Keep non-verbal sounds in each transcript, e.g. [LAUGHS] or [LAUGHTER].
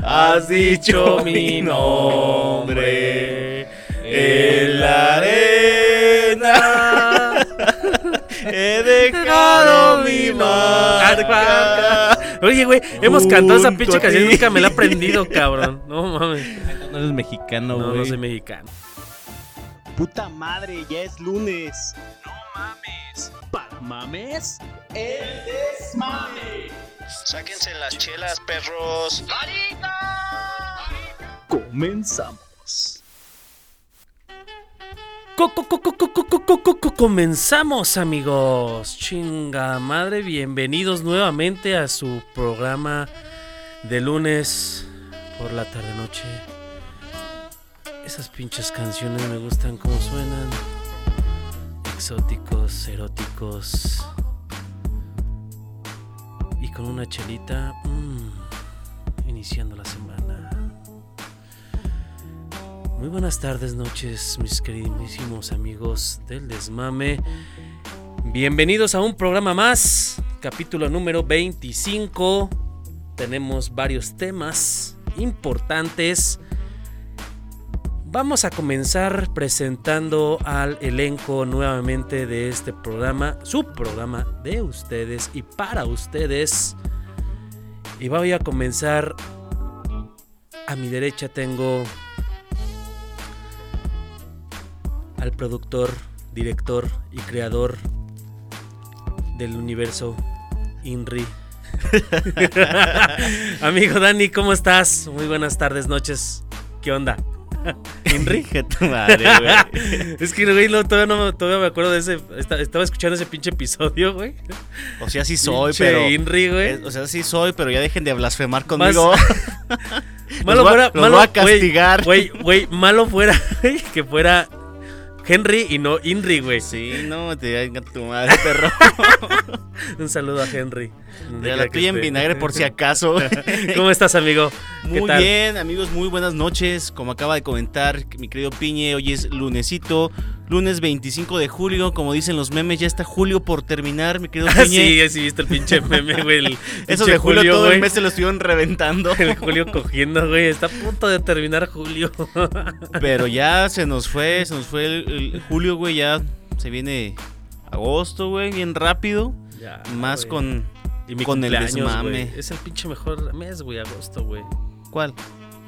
Has dicho mi nombre en la [LAUGHS] arena. He dejado mi marca. Oye, güey, hemos cantado esa Junto pinche a canción y ti. nunca me la he aprendido, cabrón. No mames. No eres mexicano, No, güey. no, soy mexicano. Puta madre, ya es lunes. No mames. Para mames, el desmame. Sáquense las chelas, perros. Comenzamos. Co- co- co- co- co- co- co- co- co- co- Comenzamos, amigos. Chinga madre, bienvenidos nuevamente a su programa de lunes por la tarde noche. Esas pinches canciones me gustan como suenan. Exóticos, eróticos. Y con una chelita, mm, iniciando la semana. Muy buenas tardes, noches, mis queridísimos amigos del desmame. Bienvenidos a un programa más, capítulo número 25. Tenemos varios temas importantes. Vamos a comenzar presentando al elenco nuevamente de este programa, su programa de ustedes y para ustedes. Y voy a comenzar. A mi derecha tengo al productor, director y creador del universo Inri. [LAUGHS] Amigo Dani, ¿cómo estás? Muy buenas tardes, noches. ¿Qué onda? ¿Inri? Hija de tu madre, güey. [LAUGHS] es que, güey, no, todavía, no, todavía me acuerdo de ese. esta- estaba escuchando ese pinche episodio, güey. O sea, sí soy, Pinche pero. Inri, güey. es- O sea, sí soy, pero ya dejen de blasfemar conmigo. [LAUGHS] [LAUGHS] Malo los voy a- fuera. los malo, voy a güey, castigar. [LAUGHS] Güey, güey, malo fuera [LAUGHS] güey, que fuera Henry y no Inri, güey. Sí, no, te venga tu madre, [LAUGHS] perro. Un saludo a Henry. Donde De quiera la que tuya en esté. vinagre [LAUGHS] por si acaso. ¿Cómo estás, amigo? ¿Qué Muy tal? bien, amigos, muy buenas noches. Como acaba de comentar mi querido Piñe, hoy es lunesito, lunes 25 de julio. Como dicen los memes, ya está julio por terminar, mi querido [LAUGHS] Ah, Piñe. sí, sí, viste el pinche meme, güey. [LAUGHS] el Eso pinche de julio, todo güey. el mes se lo [LAUGHS] estuvieron reventando. El Julio cogiendo, güey. Está a punto de terminar Julio. Pero ya se nos fue, se nos fue el, el julio, güey. Ya se viene agosto, güey, bien rápido. [LAUGHS] Ya, Más güey. con. Y mi con el cumpleaños, desmame. güey. Es el pinche mejor mes, güey. Agosto, güey. ¿Cuál?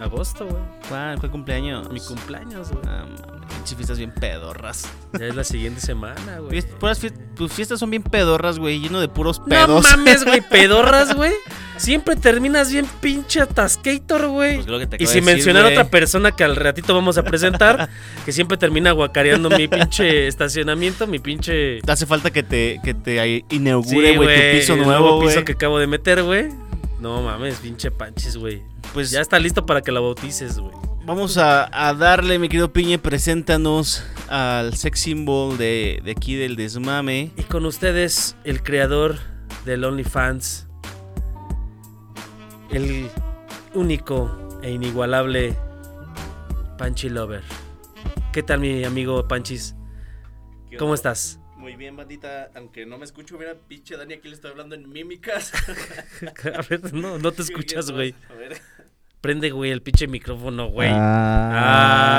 Agosto, güey. ¿Cuál? ¿Cuál cumpleaños? Mi cumpleaños, güey. Ah, mames, pinches fiestas bien pedorras. Ya es la siguiente semana, güey. Fiest- puras fiest- tus fiestas son bien pedorras, güey, lleno de puros No pedos. mames, [LAUGHS] güey. Pedorras, güey. Siempre terminas bien pinche atascator, güey. Pues creo que te Y acabo sin de decir, mencionar a güey. otra persona que al ratito vamos a [LAUGHS] presentar, que siempre termina guacareando mi pinche estacionamiento, mi pinche. Te hace falta que te, que te ahí inaugure, Sí, güey, tu piso el nuevo, güey. piso que acabo de meter, güey. No mames, pinche panchis, güey. Pues Ya está listo para que la bautices, güey. vamos a, a darle, mi querido Piñe, preséntanos al sex symbol de, de aquí del desmame. Y con ustedes, el creador del OnlyFans, el único e inigualable Panchi Lover. ¿Qué tal, mi amigo Panchis? ¿Cómo estás? Muy bien, bandita. Aunque no me escucho, mira, pinche Dani, aquí le estoy hablando en mímicas. [LAUGHS] [LAUGHS] A ver, no, no te escuchas, güey. A ver. Prende, güey, el pinche micrófono, güey. Ah,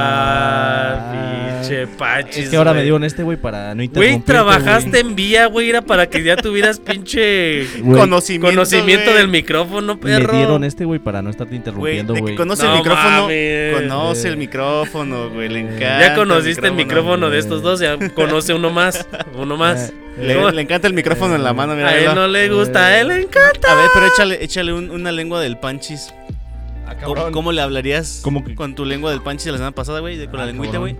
Ah, pinche Panchis. Es que ahora me güey. dio en este, güey, para no interrumpir. Güey, trabajaste en vía, güey, era para que ya tuvieras [LAUGHS] pinche Conocimiento, conocimiento güey. del micrófono, Me perro. dieron este, güey, para no estarte Güey, interrumpiendo, de que güey. conoce No el micrófono. mames. Conoce el Eh. micrófono, güey, le encanta. Ya conociste el micrófono de güey. estos dos, [LAUGHS] ya conoce uno más, uno más. Eh, Le, le encanta el micrófono en la mano, mira. a ahí él va. no le gusta, a él le encanta. A ver, pero échale, échale un- una lengua del panchis. ¿Cómo, ah, cabrón. cómo le hablarías ¿Cómo que- con tu lengua del panchis de la semana pasada, güey? De- Con Ah, la lengüita, güey.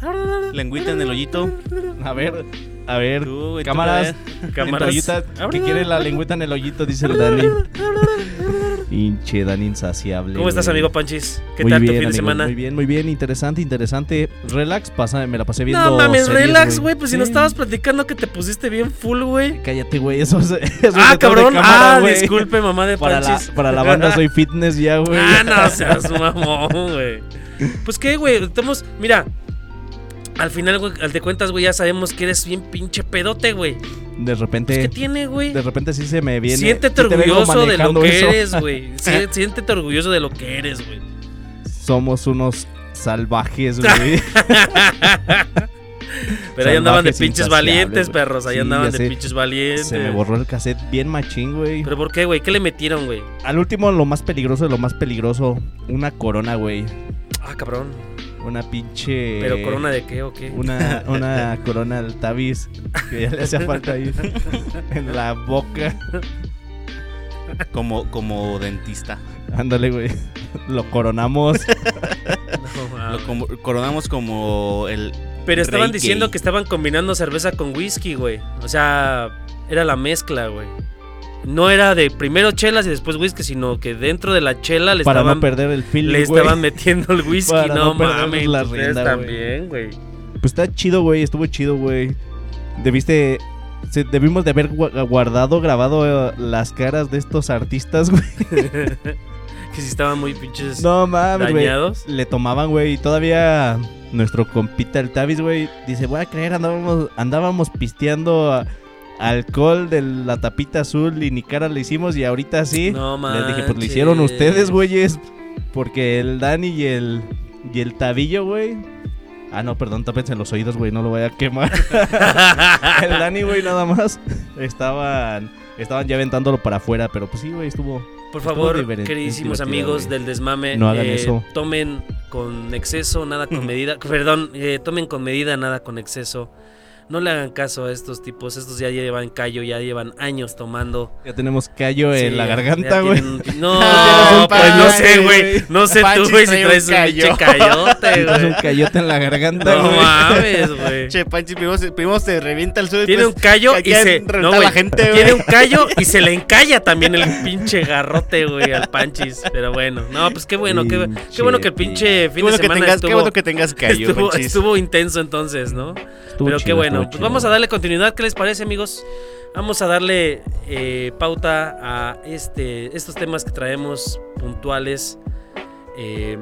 cabrón. Lengüita en el hoyito. A ver, a ver. Tú, güey, tú, cámaras, Cámaras. Toyota, que quiere la lengüeta en el hoyito, dice [LAUGHS] el Dani. Pinche Dani insaciable. ¿Cómo estás, güey. amigo Panchis? ¿Qué Muy tal bien, tu fin de amigos, semana? Muy bien, muy bien, interesante, interesante. Relax, pasa, me la pasé viendo. No mames, series, relax, güey, pues si no Sí. estabas platicando que te pusiste bien full, güey. Cállate, güey, eso es. [LAUGHS] eso es detrás Ah, de cabrón, cámara, ah, güey. disculpe, mamá de [LAUGHS] Para la, Panchis. para [LAUGHS] la banda soy fitness ya, güey. Ah, no seas mamón, güey. Pues qué, güey, estamos, mira, Al final, güey, al de cuentas, güey, ya sabemos que eres bien pinche pedote, güey. De repente. Pues, ¿Qué tiene, güey? de repente sí se me viene. Siéntete sí te vengo orgulloso de lo manejando que eso. eres, [LAUGHS] güey. Sí, Siéntete orgulloso de lo que eres, güey. Somos unos [LAUGHS] salvajes, güey. Pero ahí andaban de Salvajes, pinches insaciables, valientes, güey. perros. Ahí Sí, andaban ya de sé. pinches valientes. se me borró el cassette bien machín, güey. ¿Pero por qué, güey? ¿Qué le metieron, güey? Al último, lo más peligroso de lo más peligroso. Una corona, güey. Ah, cabrón. Una pinche. ¿Pero corona de qué o qué? Una, una corona al tabiz que ya le hacía falta ahí en la boca. Como, como dentista. Ándale, güey. Lo coronamos. [LAUGHS] No, Ah. mames. Lo como- coronamos como el. Pero estaban Rey diciendo gay. que estaban combinando cerveza con whisky, güey. O sea, era la mezcla, güey. No era de primero chelas y después whisky, sino que dentro de la chela le para estaban, no perder el feeling, le güey. estaban metiendo [LAUGHS] el whisky. Para no no perder mames, la ustedes rienda, güey. también, güey. Pues está chido, güey. Estuvo chido, güey. Debiste. se- debimos de haber gua- guardado, grabado eh, las caras de estos artistas, güey. Que si estaban muy pinches No mames, güey. dañados. Le tomaban, güey. Y todavía nuestro compita, el Tavis, güey, dice: Voy a creer, andábamos, andábamos pisteando a- alcohol de la tapita azul y ni cara le hicimos. Y ahorita sí. No mames. Les dije: Pues le hicieron [LAUGHS] ustedes, [LAUGHS] güeyes. Porque el Dani y el, y el Tabillo, güey. Ah, no, perdón, tápense los oídos, güey. No lo voy a quemar. [LAUGHS] el Dani, güey, nada más. Estaban. Estaban ya aventándolo para afuera, pero pues sí, güey, estuvo. Por Estuvo favor, divertido, queridísimos divertido, amigos güey. del desmame, eh, No hagan eso. tomen con exceso, nada [LAUGHS] con medida. Perdón, eh, tomen con medida, nada con exceso. No le hagan caso a estos tipos, estos ya llevan callo, ya llevan años tomando. Ya tenemos callo Sí, en la ya garganta, güey. [LAUGHS] tienen- No, tienes un pues no payote, sé, güey. güey. No sé tú, Panchis güey, si trae un traes un pinche callo. [LAUGHS] cayote, Tienes un [LAUGHS] güey. cayote en la garganta, No güey. mames, güey. Che, Panchi, primero, se- primero se revienta el suelo. y Tiene un después callo y acá se. reventar No, a güey. la gente, güey. Tiene un callo y se le encalla también el pinche garrote, güey, al panchis. Pero bueno, no, pues qué bueno, qué, qué bueno que el pinche Qué fin de bueno, que semana tengas, estuvo, qué bueno que tengas callo, estuvo, Panchis. estuvo intenso entonces, ¿no? Estuvo Pero qué chido, bueno. estuvo Pues chido. vamos a darle continuidad, ¿qué les parece, amigos? Vamos a darle eh, pauta a este, estos temas que traemos puntuales. Eh,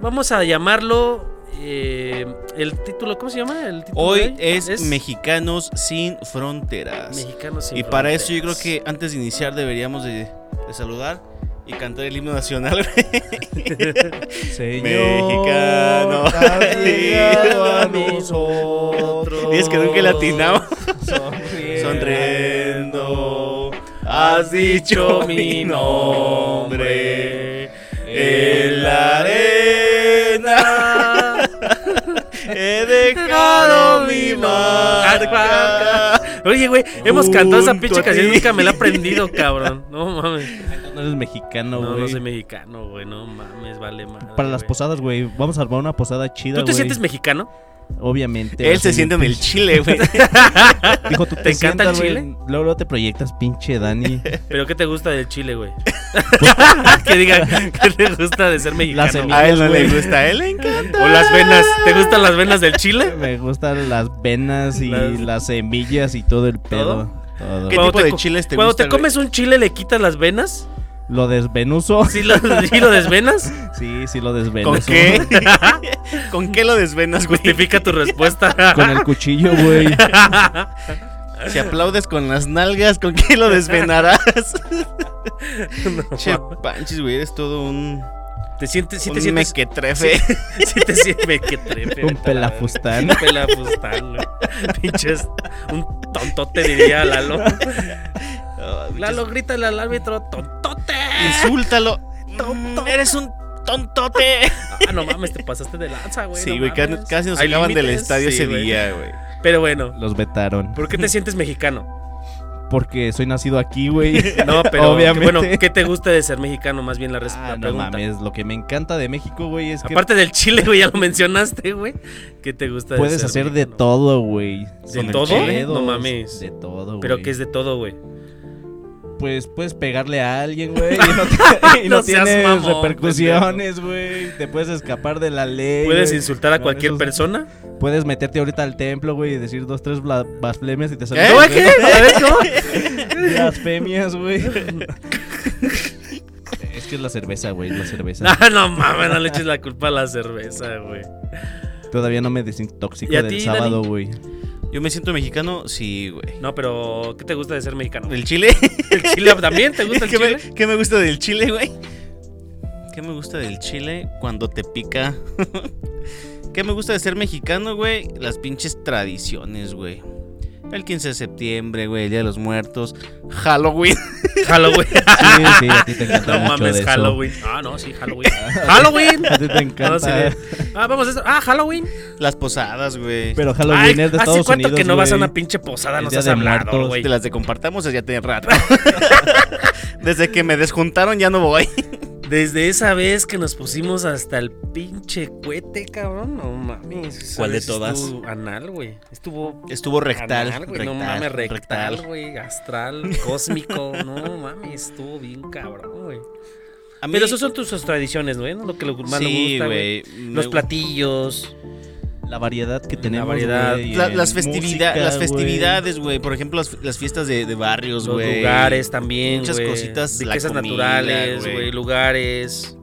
vamos a llamarlo. eh, el título, ¿cómo se llama? El título Hoy de es, Mexicanos sin fronteras. Mexicanos sin y para eso yo creo Fronteras. que antes de iniciar deberíamos de, de saludar y cantar el himno nacional. güey. Señor, Mexicano, ha [LAUGHS] llegado llegado a a nosotros. Y es que nunca le atinamos. Sonriendo. Sonriendo, has dicho mi nombre en la arena. He dejado mi marca. [LAUGHS] Oye, güey, hemos cantado esa Junto pinche a canción y ti. nunca me la he aprendido, cabrón. No [LAUGHS] mames. No eres mexicano, No, güey. no, soy mexicano, güey. No mames, vale madre. Para las güey. posadas, güey. Vamos a armar una posada chida, ¿Tú te güey. sientes mexicano? Obviamente. Él se así, siente en el chile, güey. Dijo, ¿tú te, ¿Te encanta el sientas, güey? chile? Luego, luego te proyectas, pinche Dani. ¿Pero qué te gusta del chile, [LAUGHS] güey? [LAUGHS] que diga, ¿qué te gusta de ser mexicano? Las güey? semillas. A él no le güey. gusta, a él le encanta. O las venas. Ah. ¿Te gustan las venas del chile? Me gustan las venas y Las- las, semillas y todo el pedo. Todo. ¿Qué Cuando tipo te de co- chiles te Cuando gusta? te comes un chile, ¿le quitas las venas? Lo desvenuso. ¿Sí lo, sí lo desvenas? Sí, sí lo desvenuso. ¿Con qué? [LAUGHS] ¿Con qué lo desvenas, güey? Justifica tu respuesta. [LAUGHS] Con el cuchillo, güey. [LAUGHS] Si aplaudes con las nalgas, ¿con qué lo desvenarás? Che, Panchis, güey, eres todo un, ¿Te sientes, si un te sientes, mequetrefe. sí te sientes, que trepe. Un pelafustán. Un pelafustán, güey. Pinches, un tontote diría Lalo. [LAUGHS] Ah, Lalo, grítale al árbitro, tontote. Insúltalo. Tonto. Mm, Eres un tontote. Ah, no mames, te pasaste de lanza, güey. Sí, no güey, ca- mames. casi nos Hay sacaban del límites, estadio sí, ese güey. día, güey. Pero bueno, Los vetaron. ¿por qué [LAUGHS] te sientes mexicano? Porque soy nacido aquí, güey. [LAUGHS] No, pero Obviamente. bueno, ¿qué te gusta de ser mexicano? Más bien la, res- Ah, la no pregunta. mames, lo que me encanta de México, güey, es que Aparte del chile, güey, ya lo mencionaste, güey. ¿Qué te gusta de puedes ser hacer de mexicano? todo, güey. Son todo? pedos, No mames. De todo, güey. Pero que es de todo, güey. Pues puedes pegarle a alguien, güey, [LAUGHS] y no, te- y no No seas tienes mamón, repercusiones, güey. Te puedes escapar de la ley. Puedes güey. insultar a No, cualquier esos- persona. Puedes meterte ahorita al templo, güey, y decir dos, tres bla- blasfemias y te salen ¿Eh? ¿Cómo es que? A ver, [LAUGHS] ¿cómo? blasfemias, [LAUGHS] güey. es que es la cerveza, güey, la cerveza. Ah, no mames, no le eches la culpa a la cerveza, güey. Todavía no me desintoxico ¿Y a del ti, sábado, Dani? güey. [LAUGHS] Yo me siento mexicano, sí, güey. No, pero ¿qué te gusta de ser mexicano? ¿El chile? ¿El chile también? ¿Te gusta el [LAUGHS] [LAUGHS] ¿Qué, me, chile? qué me gusta del chile, güey? ¿Qué me gusta del chile cuando te pica? [LAUGHS] ¿Qué me gusta de ser mexicano, güey? Las pinches tradiciones, güey. El 15 de septiembre, güey, el Día de los Muertos, Halloween. [LAUGHS] Halloween. [LAUGHS] Ah, Sí, sí, a ti te encanta No mucho de mames, eso. Halloween. Ah, no, sí, Halloween. ¡Halloween! A ti te No, sí, encanta. de- Ah, vamos a hacer- Ah, Halloween. Las posadas, güey. Pero Ay, Halloween es de ¿Hace Estados cuánto Unidos, que no vas a güey. una pinche posada? El No Día seas de hablador, Muertos, güey. De las de compartamos ya tiene rato. [LAUGHS] Desde que me desjuntaron ya no voy. Desde esa vez que nos pusimos hasta el pinche cohete, cabrón. No mames. ¿Cuál de ¿Sabes? todas? Estuvo Anal, güey. Estuvo Estuvo rectal. anal, güey. rectal no mames, rectal. rectal, güey. [LAUGHS] Astral, cósmico. no mames, estuvo bien cabrón, güey. A mí- Pero esas son tus sus tradiciones, güey, ¿no? Lo que lo- más le sí, gusta, güey. güey. Me Los gu- platillos. La variedad que tenemos, variedad. güey, La- en las, festividad- música, las güey. festividades, güey. Por ejemplo, las, las fiestas de, de barrios, Los güey. lugares también, Muchas güey. cositas, la Riquezas comida, naturales, güey. güey. Lugares.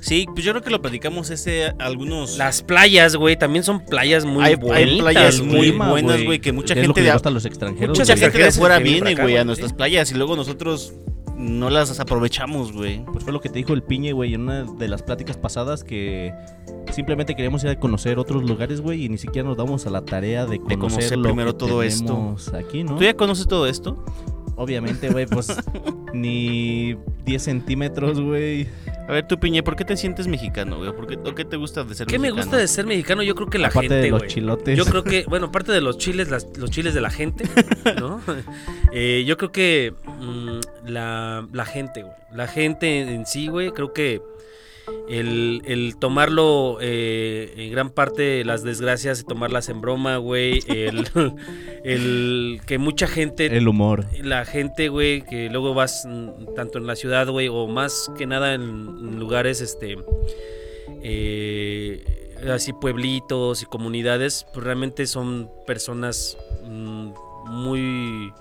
Sí, pues yo creo que lo platicamos ese algunos. Las playas, güey. También son playas muy Hay- hay bonitas. playas güey. muy Clima, buenas, güey, que mucha Es lo gente que le de- gusta a los extranjeros. mucha güey. gente de afuera Que viene viene, para acá, güey, a güey, nuestras sí. playas y luego nosotros no las aprovechamos, güey. Pues fue lo que te dijo el piñe, güey, en una de las pláticas pasadas que simplemente queríamos ir a conocer otros lugares, güey, y ni siquiera nos damos a la tarea de conocer, conocer primero todo esto. esto. Aquí, ¿no? ¿Tú ya conoces todo esto? Obviamente, [LAUGHS] güey, pues ni 10 centímetros, güey. A ver, tú, Piñe, ¿por qué te sientes mexicano, güey? ¿Por qué- ¿O qué te gusta de ser ¿Qué me mexicano? gusta de ser mexicano? Yo creo que la Aparte de gente, los güey. chilotes. Yo creo que, bueno, aparte de los chiles, las- los chiles de la gente, ¿no? Eh, yo creo que mm, la, la gente, güey. La gente en sí, güey, creo que el, el tomarlo eh, en gran parte las desgracias y tomarlas en broma, güey. El, [LAUGHS] el que mucha gente El humor. la gente, güey, que luego vas mm, tanto en la ciudad, güey, o más que nada en, en lugares, este, eh, así pueblitos y comunidades, pues realmente son personas mm, muy,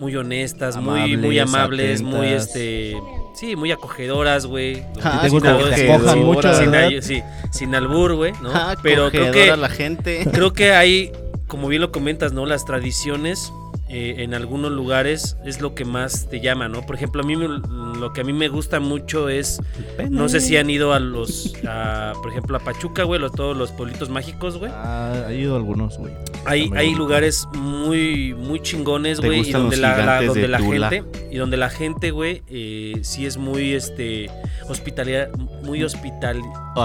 muy honestas, muy, muy Amables, amables, muy, atentas. este, sí, muy acogedoras, güey. Ah, ¿Te gusta que te acogedora. acojan mucho, Sin Sin, verdad? ay- sí, sin albur, güey, ¿no? Ah, Pero creo que [LAUGHS] la gente. creo que hay, como bien lo comentas, ¿no? Las tradiciones eh, en algunos lugares es lo que más te llama, ¿no? Por ejemplo, a mí me- lo que a mí me gusta mucho es, no sé Mm. si han ido a los, a, por ejemplo, a Pachuca, güey, los- todos los pueblitos mágicos, güey. Ah, ha ido algunos, güey. Hay, Está muy hay bonito. lugares muy, muy chingones, ¿Te güey, y gustan donde los la, la- gigantes donde de la Tula? gente, y donde la gente, güey, eh, sí es muy, este, hospitalaria, muy hospital,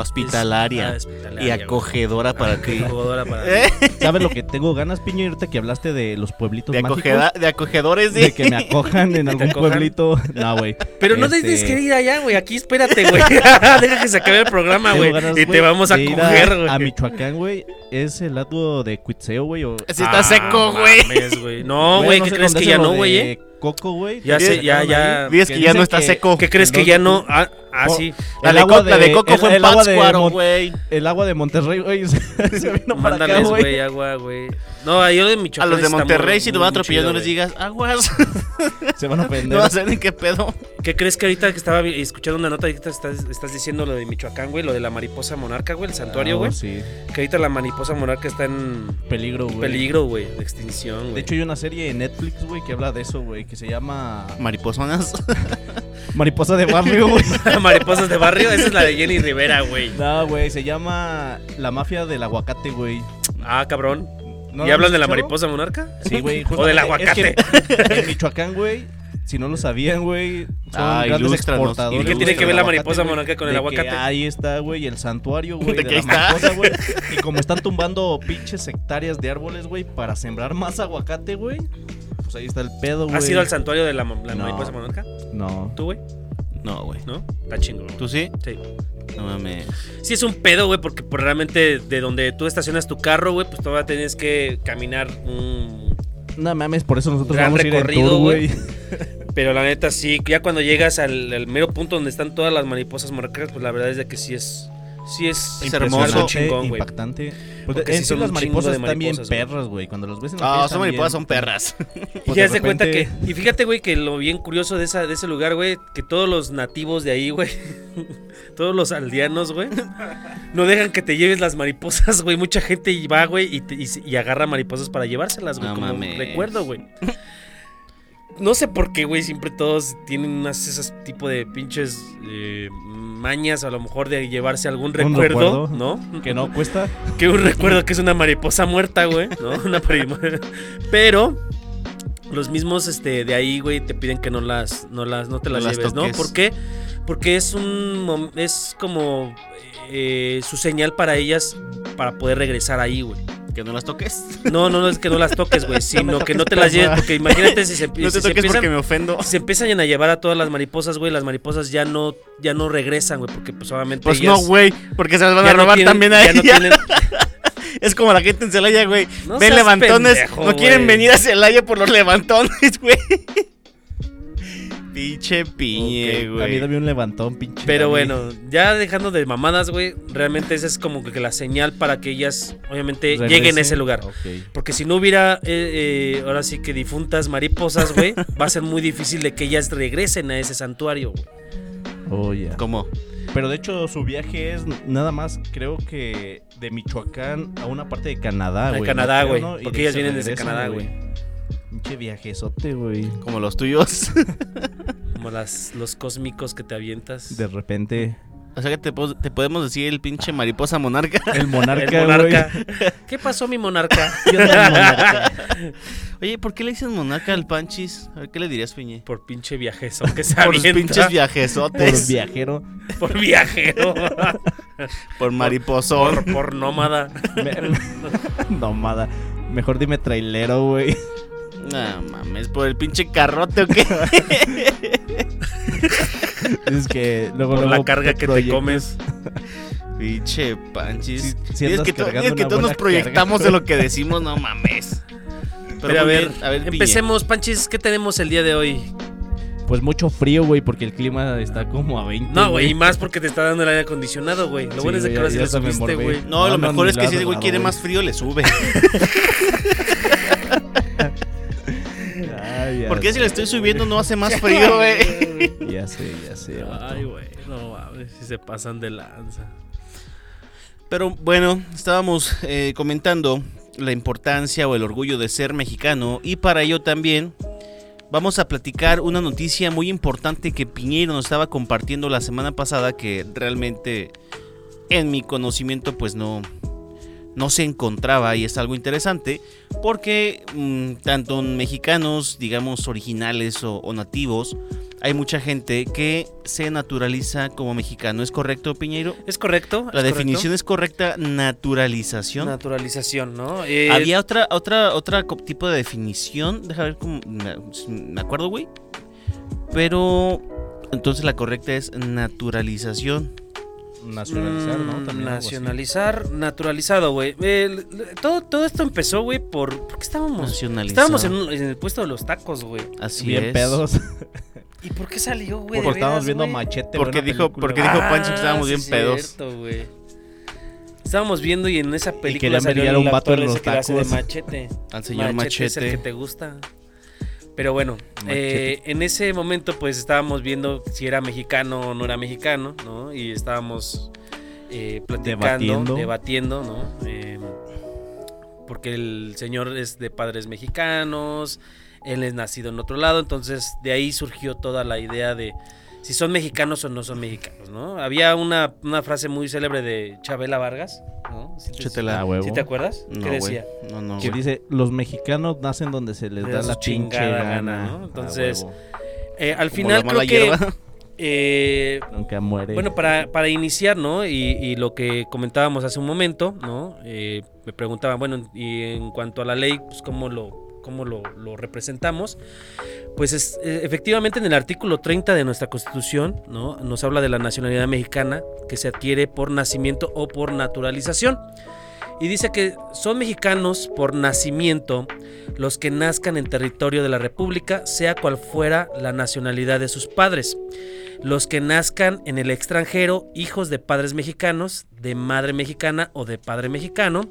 Hospitalaria. es- ah, hospitalaria, Y güey. acogedora para [LAUGHS] ti. Acogedora [LAUGHS] para ti. ¿Eh? ¿Sabes lo que tengo ganas, piñe? Ahorita que hablaste de los pueblitos De, mágicos. acogeda- de acogedores, sí. De que me acojan en algún acojan? pueblito. No, güey. Pero no te Este- tienes que ir allá, güey. Aquí espérate, güey. [LAUGHS] Deja que se acabe el programa, Tengo güey. ganas, Y te güey, vamos a de ir coger, güey. A Michoacán, güey. Es el lado de Cuitzeo, güey. o- Sí, Ah, está seco, güey. mames, güey. [LAUGHS] No, güey, no ¿qué sé crees dónde que ya es lo no, de güey? eh? Coco, güey. Ya que sé, se ya, sacaron ya. ahí, Dices que ya dicen no está seco. ¿Qué crees que no, ya no, no? Ah, ah, Oh, sí. La el de, agua Co- la de de- Coco el- fue en el agua de Pátzcuaro, Mon- güey. El agua de Monterrey, güey. [LAUGHS] Se, se vino para acá, Mándales, güey. güey, agua, güey. No, a yo de A Michoacán. los de está muy- Monterrey, si te muy van a atropellar, chido, no les güey. digas aguas. [LAUGHS] Se van a No ofender. vas a ver en qué pedo. ¿Qué crees que ahorita que estaba vi- escuchando una nota, ahorita estás, estás diciendo lo de Michoacán, güey, lo de la mariposa monarca, güey, el santuario, Ah, güey? Sí. Que ahorita la mariposa monarca está en Peligro, güey. peligro, güey, de extinción, güey. [LAUGHS] De hecho, hay una serie en Netflix, güey, que habla de eso, güey, que se llama Mariposonas. Mariposa de Barrio, güey. Mariposas de barrio, esa es la de Jenny Rivera, güey. No, güey, se llama La Mafia del Aguacate, güey. Ah, cabrón. ¿No ¿Y lo hablan has de la escuchado? mariposa monarca? Sí, güey. [LAUGHS] O del justamente. aguacate. Es que en Michoacán, güey, si no lo sabían, güey, son Ah, grandes ilústranos. exportadores. ¿Y qué güey, tiene que del ver la aguacate, mariposa güey? monarca con el De aguacate? Que ahí está, güey, el santuario, güey, De de, que ahí la está. mariposa, güey. Y como están tumbando pinches hectáreas de árboles, güey, para sembrar más aguacate, güey, pues ahí está el pedo, güey. ¿Has ido al santuario de la, mo- la No. mariposa monarca? No. ¿Tú, güey? [LAUGHS] No, güey. ¿No? Está chingón. güey. ¿Tú sí? Sí. No mames. Sí es un pedo, güey, porque pues, realmente de donde tú estacionas tu carro, güey, pues todavía tienes que caminar un... No mames, por eso nosotros Gran vamos a ir en recorrido, tour, güey. Pero la neta sí, ya cuando llegas al, al mero punto donde están todas las mariposas monarcas, pues la verdad es de que sí es... Sí, es, Es hermoso, impresionante, chingón, eh, güey. impactante. Pues, Porque en sí sí son las un chingo mariposas de están bien mariposas, güey. perras, güey. Cuando las ves en la Ah, calle son están mariposas, bien- son perras. [LAUGHS] Pues, y de haz de cuenta que. repente- Y fíjate, güey, que lo bien curioso de, esa, de ese lugar, güey, que todos los nativos de ahí, güey, [LAUGHS] todos los aldeanos, güey, no dejan que te lleves las mariposas, güey. Mucha gente y va, güey, y, te- y se- y agarra mariposas para llevárselas, güey, No como mames. recuerdo, güey. No sé por qué, güey, siempre todos tienen unas esas tipo de pinches eh, mañas, a lo mejor de llevarse algún Un recuerdo, recuerdo. ¿no? Que no cuesta. Que un recuerdo que es una mariposa muerta, güey, [LAUGHS] ¿no? Una prima. Pero los mismos este de ahí, güey, te piden que no las no las no te No las, las lleves, toques. ¿no? ¿Por qué? Porque es un mom- es como eh, su señal para ellas para poder regresar ahí, güey. Que no las toques. No, no, no es que no las toques, [LAUGHS] güey, sino que no te las lleves porque imagínate si se, No si te se toques empiezan porque me [LAUGHS] ofendo. si se empiezan a llevar a todas las mariposas, güey, las mariposas ya no ya no regresan, güey, porque pues obviamente Pues ellas no, güey, porque se las van ya a no robar tienen- también a ya no ella. tienen- [LAUGHS] Es como la gente en Celaya, güey. No Ven seas levantones, pendejo, no quieren güey. venir a Celaya por los levantones, [LAUGHS] güey. Pinche piñe, A mí güey. dame un levantón, pinche. Pero Dani. bueno, ya dejando de mamadas, güey, realmente esa es como que la señal para que ellas, obviamente, Regrese. lleguen a eh, ese lugar. Ok. Porque si no hubiera, eh, eh, ahora sí que difuntas mariposas, [LAUGHS] güey, va a ser muy difícil de que ellas regresen a ese santuario, güey. Oh, ya. ¿Cómo? Pero de hecho, su viaje es nada más, creo que de Michoacán a una parte de Canadá, A güey. Canadá, Creo, güey, Y porque ahí ellas se vienen desde regresan, Canadá, güey. Pinche viajezote, güey. Como los tuyos. [LAUGHS] Como las, los cósmicos que te avientas. De [LAUGHS] repente. O sea que te, po- te podemos decir el pinche mariposa monarca. [LAUGHS] El El monarca, [LAUGHS] güey. monarca. ¿Qué pasó, mi monarca? Oye, ¿por qué le dices monarca al panchis? A ver, ¿qué le dirías, piñe? Por pinche viajeso que se Por los avienta. pinches Por viajesotes. Por, viajero. [LAUGHS] por [LAUGHS] viajero. mariposón. por, por nómada. [LAUGHS] Me- Nomada. Mejor dime trailero, güey. [LAUGHS] No mames, por el pinche carrote o qué. [LAUGHS] Es que luego. Por la luego carga que te proyectas- comes. Pinche panchis. Si- si Y es andas que, to- cargando es que una todos buena nos proyectamos de lo que decimos, no mames. Pero a muy ver, bien, Piñe. empecemos, Panchis, ¿qué tenemos el día de hoy? Pues mucho frío, güey, porque el clima está como a 20. No, güey, y más porque te está dando el aire acondicionado, güey. Lo Sí, bueno es de güey, que ahora ya- sí ya le hasta me subiste, morbé. güey. No, No, lo no, mejor ni es que si lado, ese güey lado, quiere güey. más frío, le sube. Ay, ya ¿Por qué si sé, le estoy subiendo no hace más frío, güey? Ya sé, ya sé. vato. [LAUGHS] Ay, güey, no mames, si se pasan de lanza. Pero bueno, estábamos eh, comentando la importancia o el orgullo de ser mexicano y para ello también vamos a platicar una noticia muy importante que Piñeiro nos estaba compartiendo la semana pasada que realmente en mi conocimiento pues no no se encontraba y es algo interesante porque mm, tanto en mexicanos digamos originales o, o nativos hay mucha gente que se naturaliza como mexicano es correcto Piñeiro ¿Es correcto? la Ah, ¿Es definición correcto? es correcta, naturalización. naturalización, ¿no? Eh, Había otra, otra, otra co- tipo de definición. Deja ver cómo. Me, me acuerdo, güey. Pero. Entonces la correcta es naturalización. Nacionalizar, ¿no? mm, También algo así. nacionalizar, naturalizado, güey. El- todo, todo esto empezó, güey, por. ¿Por qué estábamos? Nacionalizar. Estábamos en, un- en el puesto de los tacos, güey. Así Bien es. pedos. ¿Y por qué salió, [LAUGHS] güey? de Porque veras, estábamos viendo güey? machete. Porque buena dijo- película, Ah, porque güey. dijo- Pancho que estábamos Ah, sí bien es pedos. cierto, güey. Estábamos viendo y en esa película querían salió brillar el un vato actor en ese los que le hace de tacos. machete. Al señor es el Machete. que te gusta. Pero bueno, Machete. eh, en ese momento pues estábamos viendo si era mexicano o no era mexicano, ¿no? Y estábamos eh, platicando, Debatiendo. debatiendo, ¿no? Eh, porque el señor es de padres mexicanos, él es nacido en otro lado, entonces de ahí surgió toda la idea de si son mexicanos o no son mexicanos, ¿no? Había una, una frase muy célebre de Chabela Vargas, ¿no? ¿Sí te, Chétela. Ah, huevo. sí te acuerdas? No, ¿Qué güey. decía? No, no, Que güey. dice, los mexicanos nacen donde se les Le da da la su pinche chingada gana. gana, ¿no? Ah, Entonces, huevo. Eh, al Como final la mala creo que hierba. eh, nunca muere. bueno, para, para iniciar, ¿no? Y, y lo que comentábamos hace un momento, ¿no? Eh, me preguntaban, bueno, y en cuanto a la ley, pues cómo lo, cómo lo, lo representamos. Pues es, eh, efectivamente en el artículo 30 de nuestra constitución, ¿no? Nos habla de la nacionalidad mexicana que se adquiere por nacimiento o por naturalización. Y dice que son mexicanos por nacimiento los que nazcan en territorio de la República, sea cual fuera la nacionalidad de sus padres los que nazcan en el extranjero, hijos de padres mexicanos, de madre mexicana o de padre mexicano,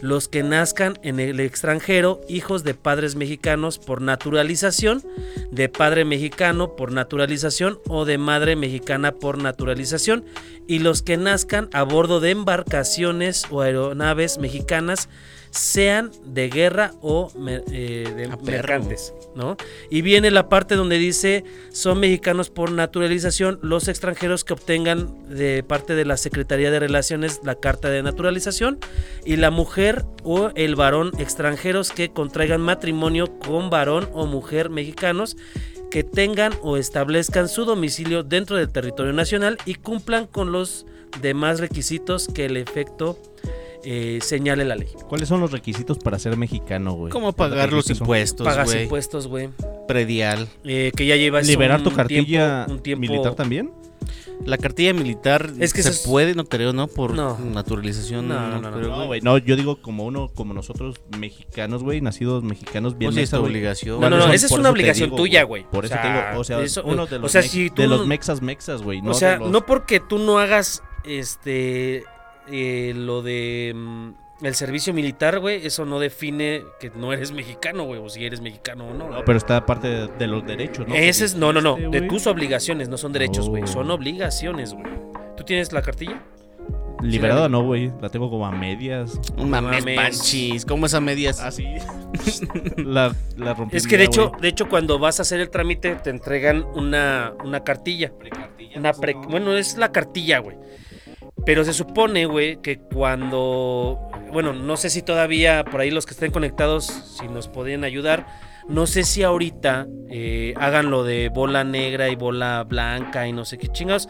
los que nazcan en el extranjero, hijos de padres mexicanos por naturalización, de padre mexicano por naturalización o de madre mexicana por naturalización, y los que nazcan a bordo de embarcaciones o aeronaves mexicanas, sean de guerra o mer- eh, de Ah, perro. mercantes, ¿no? Y viene la parte donde dice, son mexicanos por naturalización los extranjeros que obtengan de parte de la Secretaría de Relaciones la carta de naturalización y la mujer o el varón extranjeros que contraigan matrimonio con varón o mujer mexicanos que tengan o establezcan su domicilio dentro del territorio nacional y cumplan con los demás requisitos que el efecto eh, señale la ley. ¿Cuáles son los requisitos para ser mexicano, güey? ¿Cómo pagar los Requisitos. impuestos, Pagas Pues, güey? impuestos, güey. Predial. Eh, que ya llevas ¿Liberar un tu cartilla tiempo- un tiempo- militar también? La cartilla militar Es que se eso es- puede, no creo, ¿no? Por No. naturalización. No, no, no, creo, no, güey. Pues No, güey, no, yo digo como uno, como nosotros mexicanos, güey, nacidos mexicanos, bien Pues sí, es mexa, tu güey. obligación. No, no, güey. no, esa Por es eso una te obligación digo, tuya, güey. güey. Por eso O te sea, digo, o sea, eso- uno de los, o sea, mex- si tú de no- los mexas mexas, güey. No o sea, de los- no porque tú no hagas este eh, lo de mm, el servicio militar, güey, eso no define que no eres mexicano, güey, o si eres mexicano o no. No, pero está parte de, de los derechos, ¿no? Ese es, no, no, no, Este, de güey. tus obligaciones, no son derechos, güey, Oh. son obligaciones, güey. ¿Tú tienes la cartilla? Liberada Sí, no, güey. La tengo como a medias. No Mames, Ah, mames. panchis. ¿Cómo es a medias? Así. [LAUGHS] la, la Ah, rompí. Es que de mira, hecho, güey. de hecho cuando vas a hacer el trámite te entregan una, una cartilla. Una pre- Bueno, es la cartilla, güey. Pero se supone, güey, que cuando... Bueno, no sé si todavía por ahí los que estén conectados, si nos podrían ayudar. No sé si ahorita eh, hagan lo de bola negra y bola blanca y no sé qué chingados.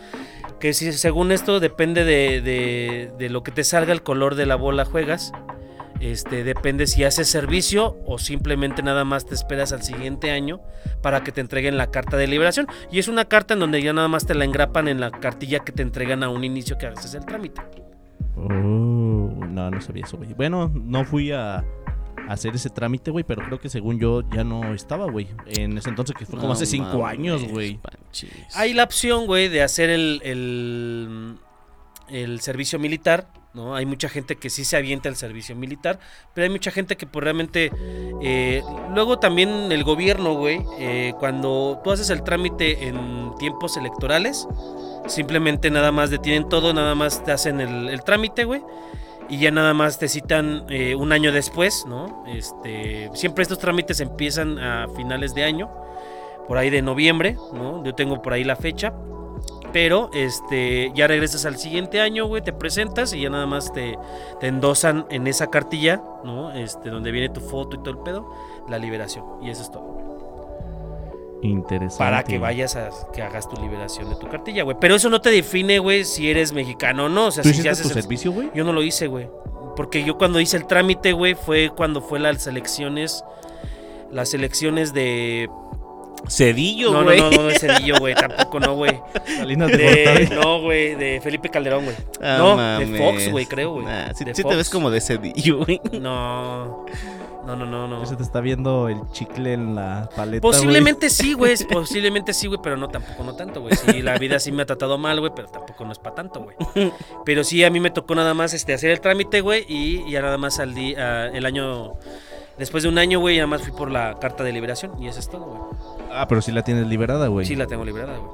Que si según esto depende de, de- de lo que te salga el color de la bola juegas. Este, depende si haces servicio o simplemente nada más te esperas al siguiente año para que te entreguen la carta de liberación. Y es una carta en donde ya nada más te la engrapan en la cartilla que te entregan a un inicio que haces el trámite. Oh, no, no sabía eso, güey. Bueno, no fui a. a Hacer ese trámite, güey, pero creo que según yo ya no estaba, güey. En ese entonces que fue como No hace cinco mames, años, güey. panchis. Hay la opción, güey, de hacer el, el, el servicio militar. ¿no? Hay mucha gente que sí se avienta el servicio militar, pero hay mucha gente que pues, realmente... eh, luego también el gobierno, güey, eh, cuando tú haces el trámite en tiempos electorales, simplemente nada más detienen todo, nada más te hacen el, el trámite, güey. Y ya nada más te citan eh, un año después, ¿no? Este, siempre estos trámites empiezan a finales de año, por ahí de noviembre, ¿no? Yo tengo por ahí la fecha. Pero este, ya regresas al siguiente año, güey, te presentas y ya nada más te, te endosan en esa cartilla, ¿no? Este, donde viene tu foto y todo el pedo, la liberación. Y eso es todo. Interesante. Para que vayas a que hagas tu liberación de tu cartilla, güey. Pero eso no te define, güey, si eres mexicano o no. O sea, ¿Tú si ya hiciste haces tu el- [LAUGHS] servicio, güey? Yo no lo hice, güey. Porque yo cuando hice el trámite, güey, fue cuando fue las elecciones. Las elecciones de. Cedillo, no, no, güey. no, no, de Cedillo, güey. Tampoco no, güey. [LAUGHS] Salinas de De- Gortari. No, güey. De Felipe Calderón, güey. Ah, no, mames. de Fox, güey, creo, güey. Nah, sí, De sí te Fox. ves como de cedillo, güey. No. No, no, no, no. Ya Se te está viendo el chicle en la paleta. güey. Posiblemente sí, güey. es- Posiblemente sí, güey, pero no tampoco, no tanto, güey. Sí, la vida sí me ha tratado mal, güey, pero tampoco no es para tanto, güey. Pero sí, a mí me tocó nada más este, hacer el trámite, güey, y ya nada más salí ah, el año. Después de un año, güey, ya nada más fui por la carta de liberación y eso es todo, güey. Ah, pero si la tienes liberada, güey. Sí, la tengo liberada, güey.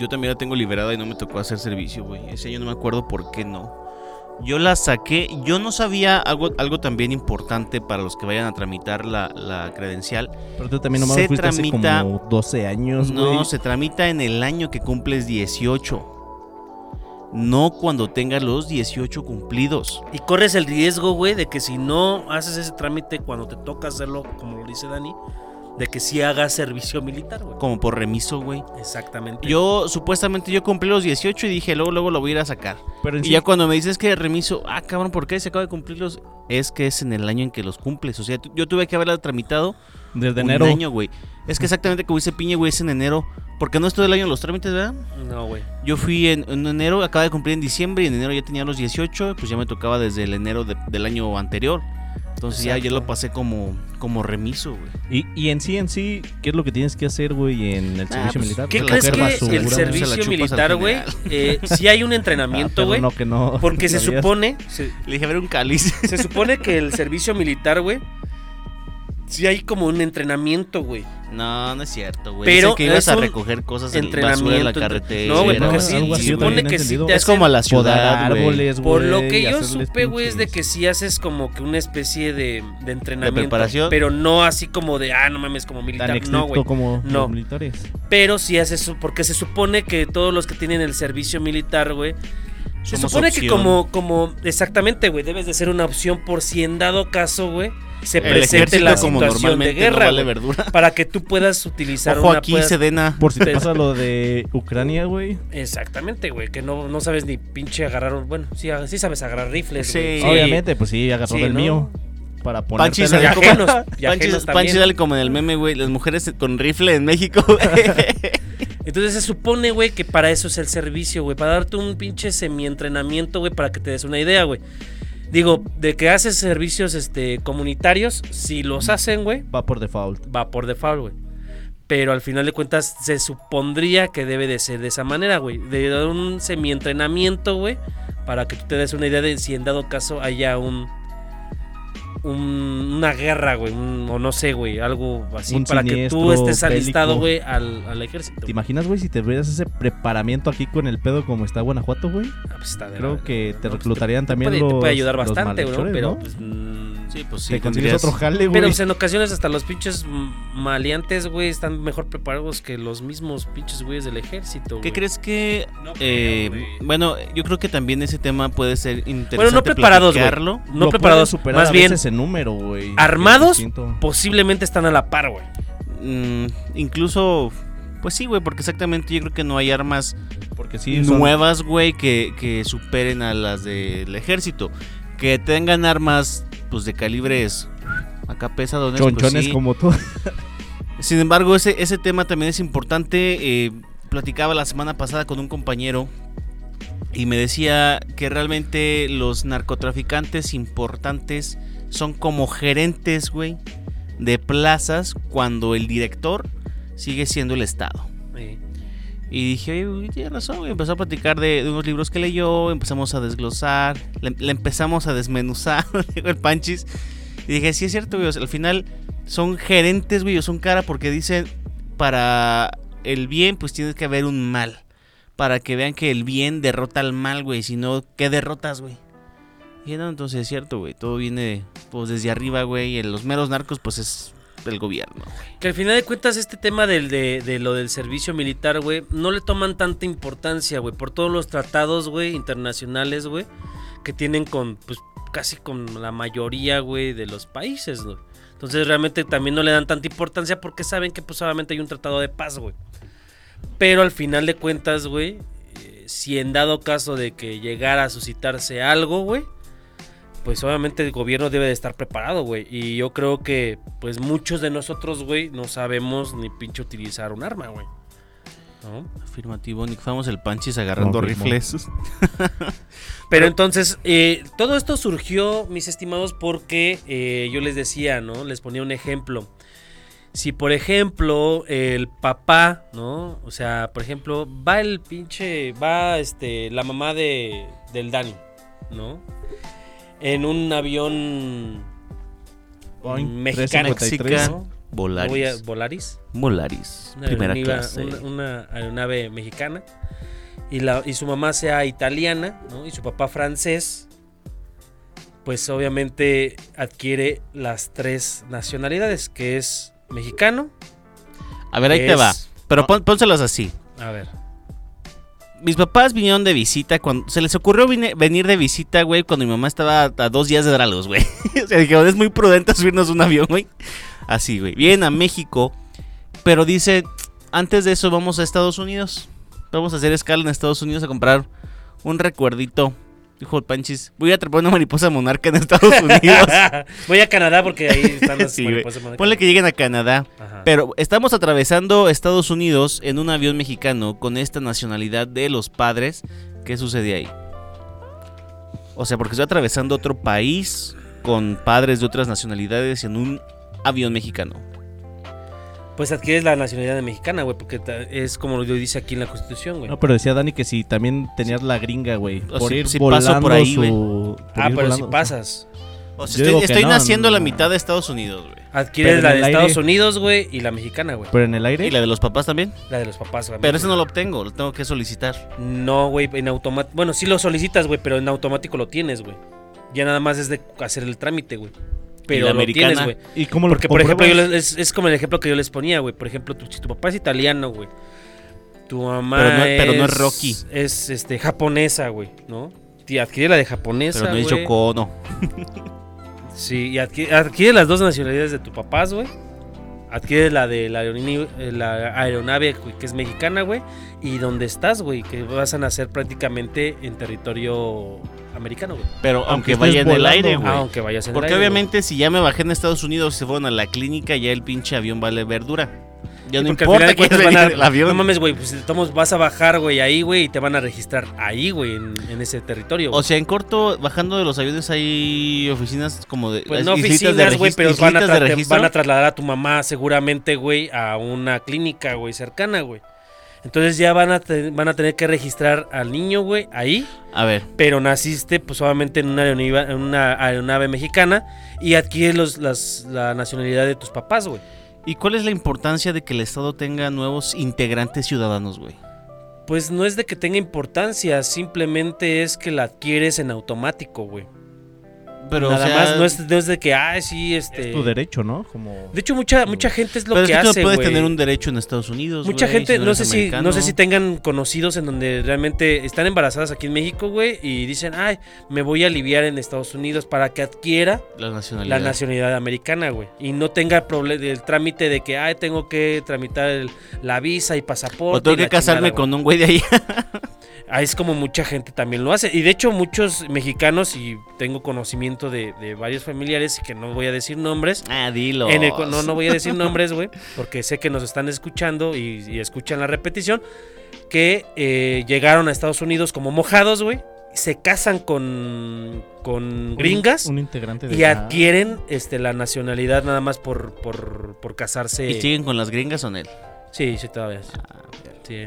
Yo también la tengo liberada y no me tocó hacer servicio, güey. Ese año no me acuerdo por qué no. Yo la saqué. Yo no sabía algo, algo también importante para los que vayan a tramitar la, la credencial. Pero tú también nomás Se fuiste tramita- hace como 12 años, güey. No, se tramita en el año que cumples 18. No cuando tengas los 18 cumplidos. Y corres el riesgo, güey, de que si no haces ese trámite cuando te toca hacerlo, como lo dice Dani, de que sí hagas servicio militar, güey. Como por remiso, güey. Exactamente. Yo supuestamente yo cumplí los 18 y dije, luego, luego lo voy a ir a sacar. Pero en Y sí- ya cuando me dices que remiso, ah, cabrón, ¿por qué se acaba de cumplirlos? Es que es en el año en que los cumples. O sea, tu- yo tuve que haberla tramitado desde un enero. año, güey. Es que exactamente como dice Piñe, güey, es en enero. Porque no estuve el año en los trámites, ¿verdad? No, güey. Yo fui en, en enero, acaba de cumplir en diciembre y en enero ya tenía los 18, pues ya me tocaba desde el enero de- del año anterior. Entonces ya yo Exacto. lo pasé como, como remiso, güey. Y, y en sí, en sí, ¿qué es lo que tienes que hacer, güey, en el servicio pues, militar? ¿Qué la crees mujer que basura, el güey, se la chupas servicio al militar, güey? general. si hay un Ah, entrenamiento, pero güey. no, que [LAUGHS] no. [LAUGHS] Porque se sabías. supone, se, Le dije, a ver, un cáliz. se supone que el servicio militar, güey, si hay como un entrenamiento, güey. No, no es cierto, güey. Pero Pero que ibas es a un recoger cosas en basura de entrenamiento, la entre- carretera. No, güey, Sí, porque no, sí, algo así, se yo supone también he que sí entendido. te Es como hacen- la ciudad, Podar güey. árboles, güey. Por lo que yo hacerles supe, güey, es de que pinches- sí haces como que una especie de, de entrenamiento. preparación. Pero no así como de, ah, no mames, como Tan militar. No, estricto güey. como No. los militares. Pero sí haces eso, porque se supone que todos los que tienen el servicio militar, güey. Se Somos supone que opción. como, como, exactamente, güey, debes de ser una opción por si en dado caso, güey, se El presente ejército la como situación de normalmente guerra, no vale güey, verdura. para que tú puedas utilizar Ojo una aquí, puedas- Sedena. Por si te pasa lo de Ucrania, güey. Exactamente, güey, que no, no sabes ni pinche agarrar, un- bueno, sí, sí sabes agarrar rifles, Sí. güey. Obviamente, pues sí, agarró Sí, del ¿no? mío. Para Panchi ponértelo. se Y [LAUGHS] la- ajenos, y ajenos Panchis, Panchis, también. dale como en el meme, güey. Las mujeres con rifle en México, [LAUGHS] güey. Entonces se supone, güey, que para eso es el servicio, güey. Para darte un pinche semi-entrenamiento, güey, para que te des una idea, güey. Digo, de que haces servicios este, comunitarios, si los hacen, güey, Va por default. va por default, güey. Pero al final de cuentas se supondría que debe de ser de esa manera, güey. De dar un semi-entrenamiento, güey, para que tú te des una idea de si en dado caso haya un... un- una guerra, güey, un- o no sé, güey, algo así, Un para que tú siniestro estés alistado, bélico. güey, al, al ejército. ¿Te güey. imaginas, güey, si te hubieras ese preparamiento aquí con el pedo como está Guanajuato, güey? Ah, pues, está de Creo la- que te no, pues, reclutarían también puede, te los. puede ayudar los bastante, güey, ¿no? malhechores, Pero, ¿no? pues, mm, [LAUGHS] Sí, pues sí. Te consigues otro jale, pero güey. pues, en ocasiones hasta los pinches mm, maleantes, güey, están mejor preparados que los mismos pinches güeyes del ejército. ¿Qué güey. crees que.? No creo, eh, güey. bueno, yo creo que también ese tema puede ser interesante. Bueno, no preparados, güey. platicarlo. No Lo preparados, pueden superar más a bien veces en número, güey. armados, Que es distinto. posiblemente están a la par, güey. Mm, incluso. Pues sí, güey, porque exactamente yo creo que no hay armas Porque sí, son- nuevas, güey, que, que superen a las del ejército. Que tengan armas, pues de calibres acá pesadones. pues, chonchones sí. como tú. Sin embargo, ese, ese tema también es importante. eh, platicaba la semana pasada con un compañero y me decía que realmente los narcotraficantes importantes son como gerentes, güey, de plazas cuando el director sigue siendo el Estado. Sí. Y dije, oye, güey, tienes razón, güey. Empezó a platicar de, de unos libros que leyó, empezamos a desglosar, le, le empezamos a desmenuzar, [LAUGHS] digo, el panchis. Y dije, sí es cierto, güey. o sea, al final son gerentes, güey, o son cara porque dicen, para el bien, pues tiene que haber un mal. Para que vean que el bien derrota al mal, güey. Si no, ¿qué derrotas, güey? Y no, entonces es cierto, güey. Todo viene, pues, desde arriba, güey. Y los meros narcos, pues, es el gobierno, güey. Que al final de cuentas este tema del, de, de lo del servicio militar, güey, no le toman tanta importancia, güey, por todos los tratados, güey, internacionales, güey, que tienen con, pues, casi con la mayoría, güey, de los países, güey. Entonces realmente también no le dan tanta importancia porque saben que pues solamente hay un tratado de paz, güey. Pero al final de cuentas, güey, eh, si en dado caso de que llegara a suscitarse algo, güey, pues obviamente el gobierno debe de estar preparado, güey. Y yo creo que, pues muchos de nosotros, güey, no sabemos ni pinche utilizar un arma, güey. ¿No? Afirmativo, Nick Famos, el panchis agarrando Confirmo. rifles. Pero entonces, eh, todo esto surgió, mis estimados, porque eh, yo les decía, ¿no? Les ponía un ejemplo. Si, por ejemplo, el papá, ¿no? O sea, por ejemplo, va el pinche, va este, la mamá de, del Dani, ¿no? En un avión Boeing mexicano. 353, ¿no? Volaris. Voy a- Volaris. Volaris, una primera aerolínea- clase. Una, una aeronave mexicana. Y, la, y su mamá sea italiana, ¿no? Y su papá francés. Pues obviamente adquiere las tres nacionalidades, que es mexicano. A ver, ahí te es- va. Pero pon- pónselos así. A ver. Mis papás vinieron de visita cuando... Se les ocurrió vine- venir de visita, güey, cuando mi mamá estaba a, a dos días de Dragos, güey. [LAUGHS] o sea, dijeron, es muy prudente subirnos a un avión, güey. Así, güey. Vienen a México, pero dice, antes de eso vamos a Estados Unidos. Vamos a hacer escala en Estados Unidos a comprar un recuerdito. Dijo el Panchis, voy a atrapar una mariposa monarca en Estados Unidos. [LAUGHS] Voy a Canadá porque ahí están las [LAUGHS] Sí, güey. mariposas monarcas. Ponle que lleguen a Canadá. Ajá. Pero estamos atravesando Estados Unidos en un avión mexicano con esta nacionalidad de los padres. ¿Qué sucede ahí? O sea, porque estoy atravesando otro país con padres de otras nacionalidades en un avión mexicano. Pues adquieres la nacionalidad de mexicana, güey, porque ta- es como lo dice aquí en la Constitución, güey. No, pero decía Dani que si también tenías la gringa, güey. O Por si- ir si volando paso por ahí, su- güey. por ah, ir pero si volando- pasas. O sea, Yo digo estoy, que estoy no, naciendo no. la mitad de Estados Unidos, güey. Adquieres Pero la en de el aire- Estados Unidos, güey, y la mexicana, güey. Pero en el aire. Y la de los papás también. La de los papás, güey. Pero ese no lo obtengo, lo tengo que solicitar. No, güey, en automático. Bueno, sí lo solicitas, güey, pero en automático lo tienes, güey. Ya nada más es de hacer el trámite, güey. Pero la lo tienes, americana? güey. ¿Y cómo lo Porque, por ejemplo, yo compruebas? les- es, es como el ejemplo que yo les ponía, güey. Por ejemplo, tu- si tu papá es italiano, güey. Tu mamá Pero no- es, pero no es Rocky. Es este, japonesa, güey, ¿no? Y adquiere la de japonesa, Pero no es güey. Yoko Ono. Sí, y adquiere, adquiere las dos nacionalidades de tu papás, güey. Adquiere la de la, aeroni- eh, la aeronave, güey, que es mexicana, güey. Y donde estás, güey, que vas a nacer prácticamente en territorio americano, güey. Pero Aunque aunque, vaya en estés el aire, volando, Ah, güey. Aunque vayas en el Porque aire, obviamente si ya me bajé en Estados Unidos y se fueron a la clínica, ya el pinche avión vale verdura. Ya güey. no Porque al final importa de cuál cuentas es van a- el avión. No mames, güey, pues tomas, vas a bajar, güey, ahí, güey, y te van a registrar ahí, güey, en, en ese territorio. o güey. sea, en corto, bajando de los aviones hay oficinas como de... pues no islitas de oficinas, güey, regis- pero van a, islitas de tra- te registro. van a trasladar a tu mamá seguramente, güey, a una clínica, güey, cercana, güey. Entonces ya van a, te- van a tener que registrar al niño, güey, ahí, A ver, pero naciste, pues obviamente en una aeronave, en una aeronave mexicana y adquieres los- las, la nacionalidad de tus papás, güey. ¿y cuál es la importancia de que el Estado tenga nuevos integrantes ciudadanos, güey? Pues no es de que tenga importancia, simplemente es que la adquieres en automático, güey. Pero Nada o sea, más no es, no es de que, ah, sí, este... Es tu derecho, ¿no? Como. De hecho, mucha, mucha gente es lo pero es que, que tú no hace, puedes güey. tener un derecho en Estados Unidos, Mucha güey, gente, no eres sé si, no sé americano. si tengan conocidos en donde realmente están embarazadas aquí en México, güey, y dicen, ay, me voy a aliviar en Estados Unidos para que adquiera La nacionalidad. la nacionalidad americana, güey, y no tenga problema el trámite de que, ay, tengo que tramitar el- la visa y pasaporte. O tengo y que la casarme chingada, con un güey de ahí. [LAUGHS] güey". Ah, es como mucha gente también lo hace, y de hecho muchos mexicanos y tengo conocimiento de, de varios familiares que no voy a decir nombres. ah, dilo. En el cu- no, no voy a decir nombres, güey, porque sé que nos están escuchando y, y escuchan la repetición, que eh, llegaron a Estados Unidos como mojados, güey, se casan con, con gringas Un, un integrante de. y Ah. adquieren este, la nacionalidad nada más por, por, por casarse. ¿Y siguen con las gringas o en él? Sí, sí, todavía. sí. Sí.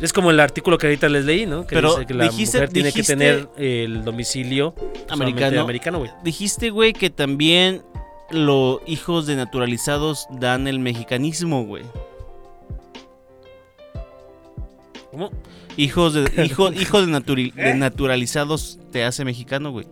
Es como el artículo que ahorita les leí, ¿no? Que Pero dice que la dijiste- mujer tiene que dijiste- tener el domicilio solamente Americano. americano, güey. Dijiste, güey, que también los hijos de naturalizados dan el mexicanismo, güey. ¿Cómo? [LAUGHS] Hijos de, hijo, hijo de, naturi- de naturalizados te hace mexicano, güey.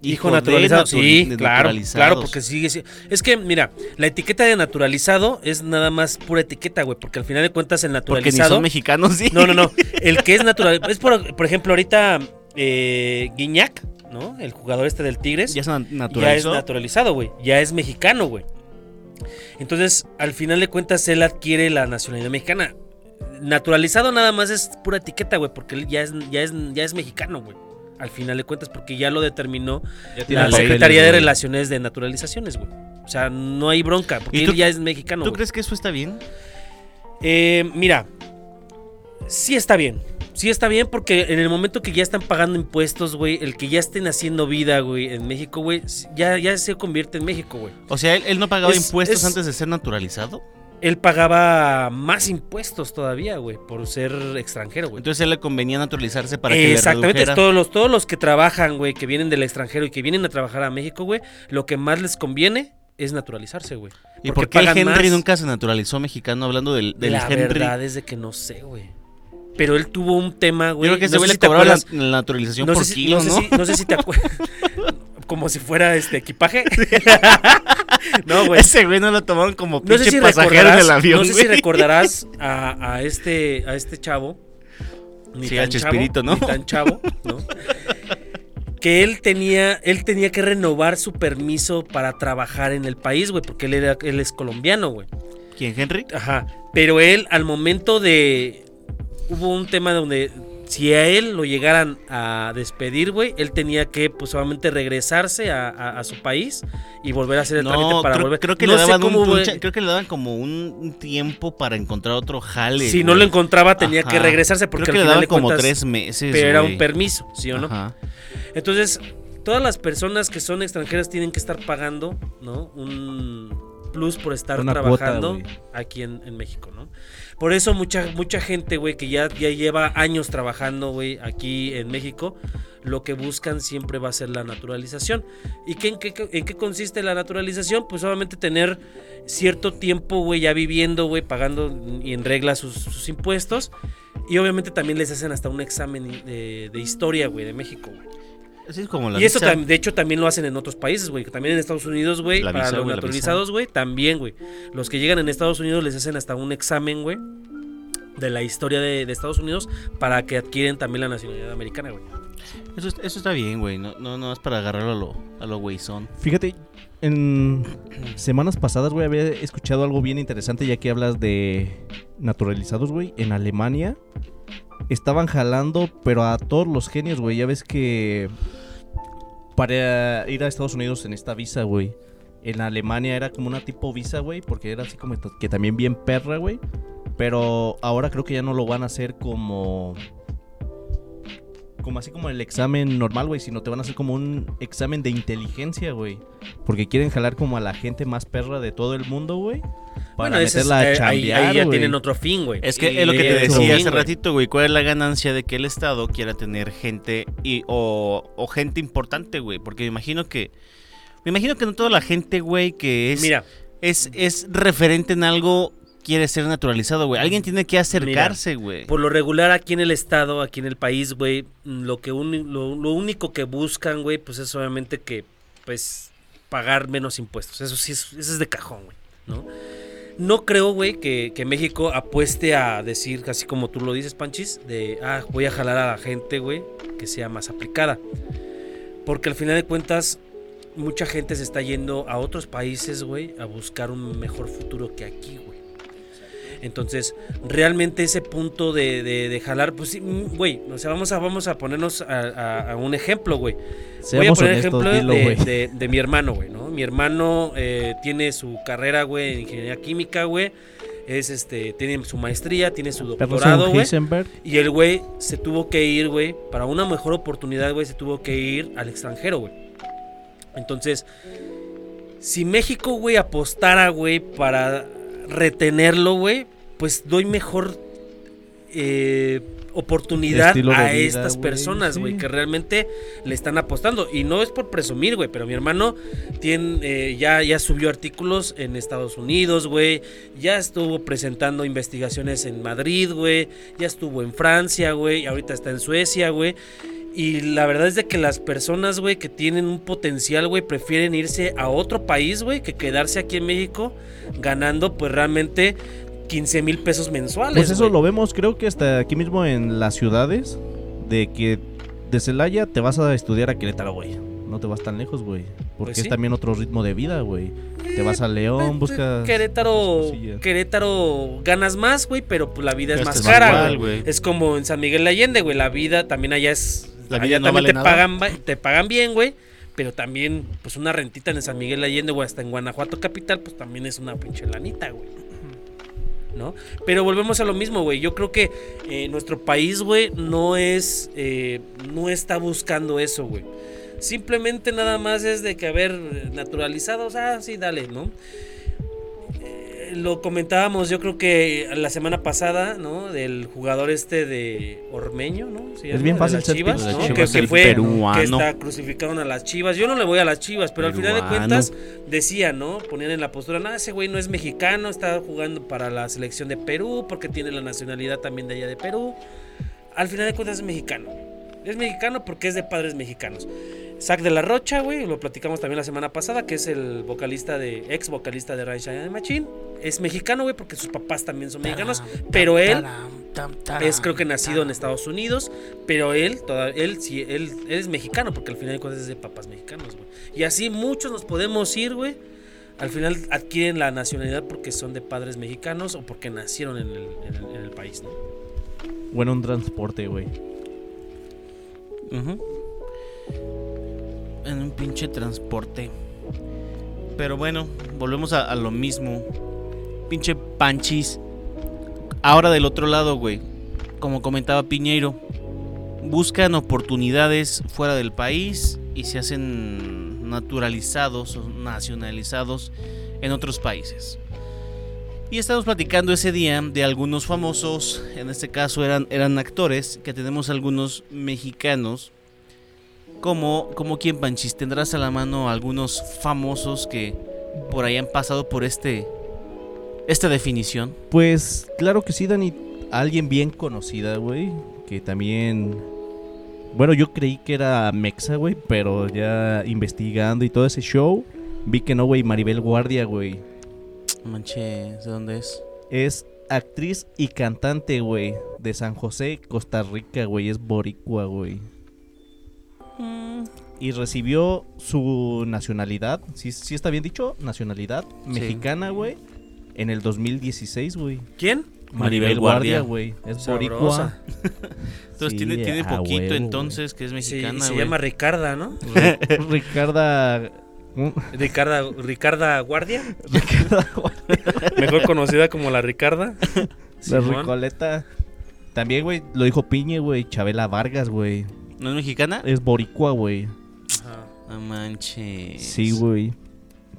Hijo de naturalizado, naturi- sí, de claro, naturalizados. claro, porque sigue siendo... Es que, mira, la etiqueta de naturalizado es nada más pura etiqueta, güey, porque al final de cuentas el Porque ni son naturalizado... mexicanos, sí. [LAUGHS] no, no, [LAUGHS] no, el que es natural... Es por, por ejemplo, ahorita eh, Guiñac, ¿no? El jugador este del Tigres, Ya ya, se nat- es naturalizó. naturalizado, güey, ya es mexicano, güey. Entonces, al final de cuentas, él adquiere la nacionalidad mexicana. Naturalizado nada más es pura etiqueta, güey, porque él ya es, ya es, ya es mexicano, güey. Al final de cuentas, porque ya lo determinó Ya tiene la papeles, Secretaría de güey. Relaciones de Naturalizaciones, güey. O sea, no hay bronca, porque ¿Y tú- él ya es mexicano. ¿Tú güey. crees que eso está bien? Eh, mira, sí está bien. Sí está bien porque en el momento que ya están pagando impuestos, güey, el que ya estén haciendo vida, güey, en México, güey, ya, ya se convierte en México, güey. O sea, él, él no pagaba Es- impuestos es- antes de ser naturalizado. Él pagaba más impuestos todavía, güey, por ser extranjero, güey. Entonces a él le convenía naturalizarse para que Exactamente, le es redujeran. todos los, todos los que trabajan, güey, que vienen del extranjero y que vienen a trabajar a México, güey, lo que más les conviene es naturalizarse, güey. ¿Y por porque qué el pagan Henry más. nunca se naturalizó mexicano hablando del, del la Henry? verdad es de que no sé, güey. Pero él tuvo un tema, güey. Yo creo que no se sé le te cobraba la, acuerdas- la naturalización no por sé si- kilo, no ¿no? sé si- no sé si te acuerdas. [LAUGHS] Como si fuera este equipaje. [LAUGHS] no, güey. Ese güey no lo tomaron como No pinche sé si pasajero recordarás, del avión, no sé si güey. [LAUGHS] recordarás a, a este, a este chavo. Sí, al Chespirito, ¿no? Ni tan chavo, ¿no? Que él tenía, él tenía que renovar su permiso para trabajar en el país, güey, porque él, era, él es colombiano, güey. ¿Quién, Henry? Ajá. Pero él, al momento de. Hubo un tema donde. Si a él lo llegaran a despedir, güey, él tenía que, pues, solamente regresarse a, a- a su país y volver a hacer el trámite No, para creo, volver. creo que no le daban un güey, pinche- creo que le daban como un un tiempo para encontrar otro jale. si no güey. lo encontraba, tenía que Ajá. regresarse porque creo que al le final daban de como cuentas, tres meses. Pero era güey. un permiso, ¿sí o no? Ajá. Entonces, todas las personas que son extranjeras tienen que estar pagando, ¿no? Un plus por estar Una cuota, trabajando güey. aquí en, en México, ¿no? Por eso mucha, mucha gente, güey, que ya, ya lleva años trabajando, güey, aquí en México, lo que buscan siempre va a ser la naturalización. ¿Y qué, en, qué, en qué consiste la naturalización? Pues solamente tener cierto tiempo, güey, ya viviendo, güey, pagando y en regla sus, sus impuestos. Y obviamente también les hacen hasta un examen eh, de, de historia, güey, de México, güey. Así es como la Y eso, visa. tam- de hecho, también lo hacen en otros países, güey. También en Estados Unidos, güey. La Para visa, los güey, la naturalizados, güey. También, güey. Los que llegan en Estados Unidos les hacen hasta un examen, güey. De la historia de, de Estados Unidos. Para que adquieren también la nacionalidad americana, güey. Eso, es- eso está bien, güey. No, no, no es para agarrarlo a lo, a lo güeyzón. Fíjate, en semanas pasadas, güey, había escuchado algo bien interesante, ya que hablas de naturalizados, güey. En Alemania estaban jalando, pero a todos los genios, güey. Ya ves que para ir a Estados Unidos en esta visa, güey. En Alemania era como una tipo visa, güey, porque era así como ta- que también bien perra, güey. Pero ahora creo que ya no lo van a hacer como... Como así como el examen normal, güey, sino te van a hacer como un examen de inteligencia, güey. Porque quieren jalar como a la gente más perra de todo el mundo, güey. Para Bueno, ese es- meterla eh, a ahí, chambear, ahí ya güey. tienen otro fin, güey. Es que Y es lo que te de hecho, decía sí, hace güey. ratito, güey. ¿Cuál es la ganancia de que el Estado quiera tener gente y, o, o gente importante, güey? Porque me imagino que. Me imagino que no toda la gente, güey, que es, Mira, es, es referente en algo quiere ser naturalizado, güey. Alguien tiene que acercarse, güey. por lo regular aquí en el estado, aquí en el país, güey, mm, lo que uni- lo, lo único que buscan, güey, pues es obviamente que, pues, pagar menos impuestos. Eso sí, es, eso es de cajón, güey, ¿no? No creo, güey, que, que México apueste a decir, así como tú lo dices, Panchis, de, ah, voy a jalar a la gente, güey, que sea más aplicada. Porque al final de cuentas, mucha gente se está yendo a otros países, güey, a buscar un mejor futuro que aquí, güey. Entonces, realmente ese punto de, de- de jalar, pues sí, mm, güey, o sea, vamos a, vamos a ponernos a, a- a un ejemplo, güey. Voy a Seamos poner el honestos, ejemplo dilo, de, güey. de- de mi hermano, güey, ¿no? Mi hermano eh, tiene su carrera, güey, en ingeniería química, güey. Es este, tiene su maestría, tiene su Perros doctorado, en güey. Heisenberg. Y el güey se tuvo que ir, güey, para una mejor oportunidad, güey, se tuvo que ir al extranjero, güey. Entonces, si México, güey, apostara, güey, para retenerlo, güey, pues doy mejor eh, oportunidad Estilo de a vida, estas güey, personas, güey, sí. que realmente le están apostando. Y no es por presumir, güey, pero mi hermano tiene, eh, ya, ya subió artículos en Estados Unidos, güey, ya estuvo presentando investigaciones en Madrid, güey, ya estuvo en Francia, güey, y ahorita está en Suecia, güey. Y la verdad es de que las personas, güey, que tienen un potencial, güey, prefieren irse a otro país, güey, que quedarse aquí en México ganando, pues realmente 15 mil pesos mensuales. Pues eso güey. lo vemos, creo que hasta aquí mismo en las ciudades. De que de Celaya te vas a estudiar a Querétaro, güey. No te vas tan lejos, güey. Porque Pues sí. es también otro ritmo de vida, güey. Te Eh, vas a León, Pues, buscas. Querétaro, cosillas. Querétaro ganas más, güey, pero pues la vida es Gastas más más cara, igual, güey. güey. Es como en San Miguel de Allende, güey, la vida también allá es La allá vida no también vale te nada. pagan ba- te pagan bien, güey. Pero también, pues una rentita en San Miguel de Allende, güey, hasta en Guanajuato Capital, pues también es una pinche lanita, güey. ¿No? Pero volvemos a lo mismo, güey. Yo creo que eh, nuestro país, güey, no es. eh, no está buscando eso, güey. Simplemente nada más es de que haber naturalizados, ah, sí, dale, ¿no? Eh, Lo comentábamos, yo creo que la semana pasada, ¿no? Del jugador este de Ormeño, ¿no? Se Es bien De fácil las ser Chivas, tipo de ¿no? Chivas, que, el que fue que peruano. está crucificaron a las Chivas. Yo no le voy a las Chivas, pero al final de Peruano. cuentas decía, ¿no? Ponían en la postura, nada, ese güey no es mexicano, está jugando para la selección de Perú porque tiene la nacionalidad también de allá de Perú. Al final de cuentas es mexicano. Es mexicano porque es de padres mexicanos. Zack de la Rocha, güey, lo platicamos también la semana pasada, que es el vocalista de, ex vocalista de Ranchan Machine. Es mexicano, güey, porque sus papás también son mexicanos, Ah, pero él es creo que nacido en Estados Unidos, pero él, toda, él, sí, él, él es mexicano, porque al final de cuentas es de papás mexicanos, güey. Y así muchos nos podemos ir, güey. Al final adquieren la nacionalidad porque son de padres mexicanos o porque nacieron en el, en el- en el país, ¿no? Bueno, un transporte, güey. Ujú. En un pinche transporte. Pero bueno, volvemos a, a lo mismo. Pinche panchis. Ahora del otro lado, güey. Como comentaba Piñeiro. Buscan oportunidades fuera del país y se hacen naturalizados o nacionalizados en otros países. Y estamos platicando ese día de algunos famosos, en este caso eran, eran actores, que tenemos algunos mexicanos, como, como quien Panchis, tendrás a la mano algunos famosos que por ahí han pasado por este esta definición. Pues claro que sí, Dani. Alguien bien conocida, güey. Que también. Bueno, yo creí que era Mexa, güey. Pero ya investigando y todo ese show. Vi que no, güey. Maribel Guardia, güey. Manches, ¿de dónde es? Es actriz y cantante, güey. De San José, Costa Rica, güey. Es boricua, güey. Mm. Y recibió su nacionalidad. Si sí está bien dicho, nacionalidad mexicana, güey. En el 2016, güey. ¿Quién? Maribel Guardia. güey. Es Sabrosa. boricua. [LAUGHS] Entonces Sí, tiene, tiene a poquito huevo, entonces que es Sí, mexicana. se güey. llama Ricarda, ¿no? [LAUGHS] Ricarda. [LAUGHS] Ricarda, Ricarda Guardia, Ricarda Guardia. mejor conocida como la Ricarda. La Simón. Ricoleta. También, güey, lo dijo Piñe, güey. Chabela Vargas, güey. ¿No es mexicana? Es boricua, güey. Ajá. No manches. Sí, güey.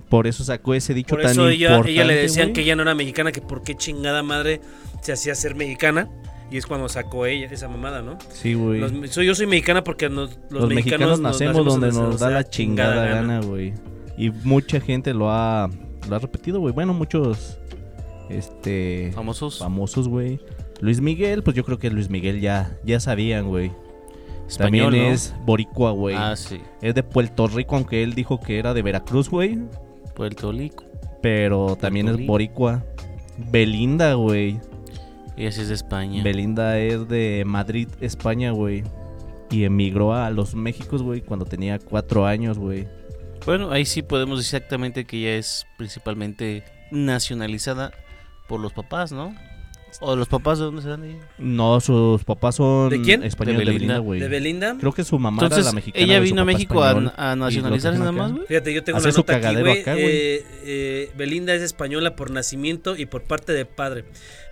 Por eso sacó ese dicho Por tan eso ella, importante. ella le decían güey. que ella no era mexicana, que por qué chingada madre se hacía ser mexicana. Y es cuando sacó ella esa mamada, ¿no? Sí, güey. Los Los, me- soy, yo soy mexicana porque nos- los, mexicanos, nos nacemos donde donde nos sea da la chingada gana, güey. Y mucha gente lo ha, lo ha repetido, güey. Bueno, muchos. Este. Famosos. Famosos, güey. Luis Miguel, pues yo creo que Luis Miguel ya, ya sabían, güey. Español, También ¿no? es boricua, güey. Ah, sí. Es de Puerto Rico, aunque él dijo que era de Veracruz, güey. Puerto Rico. Pero también es Rico. boricua. Belinda, güey. Y así es de España. Belinda es de Madrid, España, güey. Y emigró a los Méxicos, güey, cuando tenía cuatro años, güey. Bueno, ahí sí podemos decir exactamente que ella es principalmente nacionalizada por los papás, ¿no? ¿O los papás de dónde serán? de ella? No, sus papás son ¿De quién? españoles De de Belinda. Belinda, güey. ¿De Belinda? Creo que su mamá Entonces, era la mexicana. ella güey, su vino a papá México a, español. a y lo nacionalizarse trajeron nada más, acá. güey. Fíjate, yo tengo Hace una su nota aquí, cagadero güey. acá, güey. Eh, eh, Belinda es española por nacimiento y por parte de padre.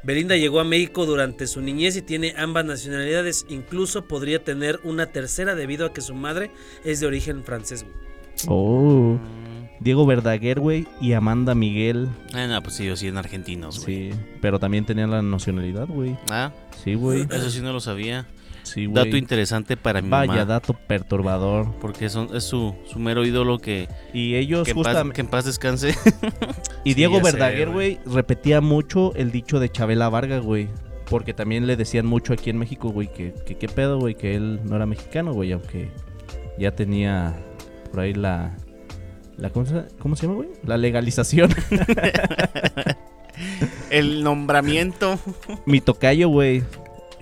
Belinda llegó a México durante su niñez y tiene ambas nacionalidades. Incluso podría tener una tercera debido a que su madre es de origen francés, güey. Oh. Mm. Diego Verdaguer, güey, y Amanda Miguel. Ah, no, pues ellos sí en argentinos, güey. Sí. Pero también tenían la nacionalidad, güey. Ah, Sí, güey. eso sí no lo sabía. Sí, Dato güey. interesante para mi Vaya mamá. dato perturbador. Porque son, es su, su mero ídolo que, Y ellos que, en paz, justamente... que en paz [LAUGHS] descanse. Y Sí, Diego ya sé, Verdaguer, güey, repetía mucho el dicho de Chabela Vargas, güey. Porque también le decían mucho aquí en México, güey, que, que qué pedo, güey, que él no era mexicano, güey, aunque ya tenía por ahí la... la ¿cómo, se, cómo se llama, güey? La legalización. [LAUGHS] El nombramiento. Mi tocayo, güey,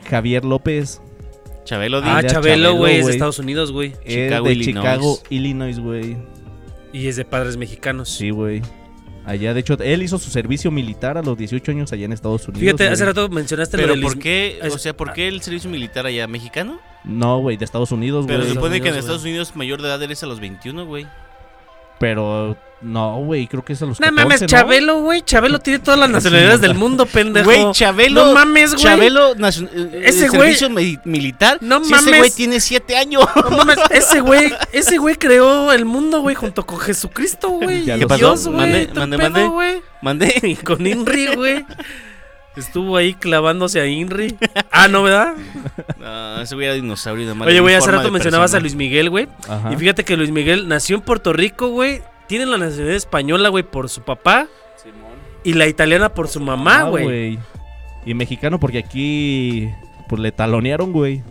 Javier López, Chabelo Ah, Ah, Díaz. ya, Chabelo, Chabelo, güey, es de güey. Estados Unidos, güey. es Chicago, de Illinois. Chicago, Illinois, güey. Y es de padres mexicanos. Sí, güey. Allá, de hecho, él hizo su servicio militar a los 18 años allá en Estados Unidos. Fíjate, hace güey. rato mencionaste lo Pero de Luis- ¿por qué? es- O sea, ¿por qué el servicio militar allá mexicano? No, güey, de Estados Unidos, Pero güey. se Estados supone que en Unidos, Estados Unidos mayor de edad eres a los 21, güey. Pero no, güey, creo que es a los No 14, mames, ¿no? Chabelo, güey. Chabelo tiene todas las nacionalidades del [LAUGHS] mundo, pendejo. Güey, Chabelo. No mames, güey. Chabelo, nacion- eh, Ese eh, güey- servicio mi- militar. No si Ese mames. güey tiene 7 años. No mames, ese güey, ese güey creó el mundo, güey, junto con Jesucristo, güey. Ya y lo Dios, pasó. güey. Mande, todo mande, pedo, mande. güey. Y [LAUGHS] [LAUGHS] Mandé. con Inri, güey. Estuvo ahí clavándose a Inri. Ah, ¿no, verdad? No, ese güey era dinosaurio. nada más Oye, en güey, hace forma rato de mencionabas persona. a Luis Miguel, güey. Ajá. Y fíjate que Luis Miguel nació en Puerto Rico, güey. Tiene la nacionalidad española, güey, por su papá. Simón. Y la italiana por su mamá, Ah, güey. Y mexicano porque aquí pues le talonearon, güey.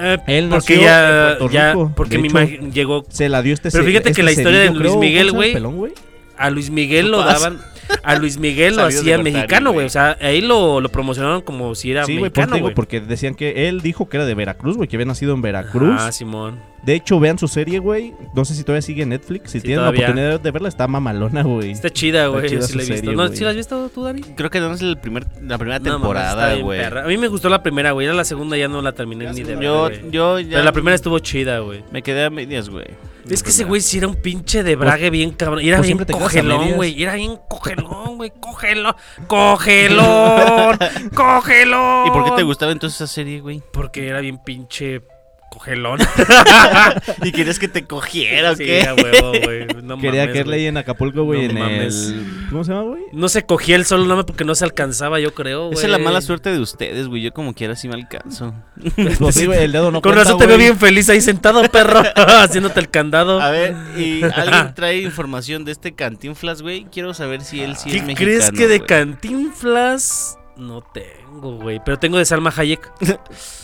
Eh, Él porque nació ya, en Puerto ya- Rico, porque de mi hecho. imagen llegó Se la dio este Pero ce- fíjate que este la historia de cerillo, Luis creo, Miguel, ¿cómo se llama el güey. pelón, güey. a Luis Miguel lo Chupadas. daban. A Luis [LAUGHS] Miguel lo Sabios de hacían Gortari, mexicano, güey. güey. O sea, ahí lo, lo promocionaron como si era Sí, güey, pues, mexicano, digo, güey. porque decían que él dijo que era de Veracruz, güey, que había nacido en Veracruz. Ah, Simón. De hecho, vean su serie, güey. No sé si todavía sigue en Netflix. Si Sí, tienen todavía. la oportunidad de verla, está mamalona, güey. Está chida, güey. chida Sí su la he visto. serie, ¿No, güey. ¿Sí la has visto tú, Dani? Creo que no es el primer, la primera No, mames, está temporada, bien güey. perra. a mí me gustó la primera, güey. Ya la segunda ya no la terminé La ni de ver. segunda, yo, güey. yo ya. Pero la primera estuvo chida, güey. Me quedé a medias, güey. Es que ese primera. güey sí era un pinche de brague bien cabrón. Era pues bien siempre te quedas a cogelón, medias. güey. Era bien cogelón, güey. Cogelón. Cogelón. Cogelón. [LAUGHS] ¿Y por qué te gustaba entonces esa serie, güey? Porque era bien pinche cogelón. [LAUGHS] ¿Y querías que te cogiera o Sí, qué? a huevo, güey. No Quería mames, que él güey. en Acapulco, No güey, en mames. el... ¿Cómo se llama, [LAUGHS] güey? No se cogía el solo nombre porque no se alcanzaba, yo creo, güey. Esa es la mala suerte de ustedes, güey. Yo como quiera sí me alcanzo. Pues sí, güey, el dedo no Con cuenta, razón te veo güey. bien feliz ahí sentado, perro, [LAUGHS] haciéndote el candado. A ver, [LAUGHS] y alguien trae información de este cantinflas, güey. Quiero saber si él sí ¿Qué es mexicano. crees que de güey. Cantinflas no tengo, güey? Pero tengo de Salma Hayek.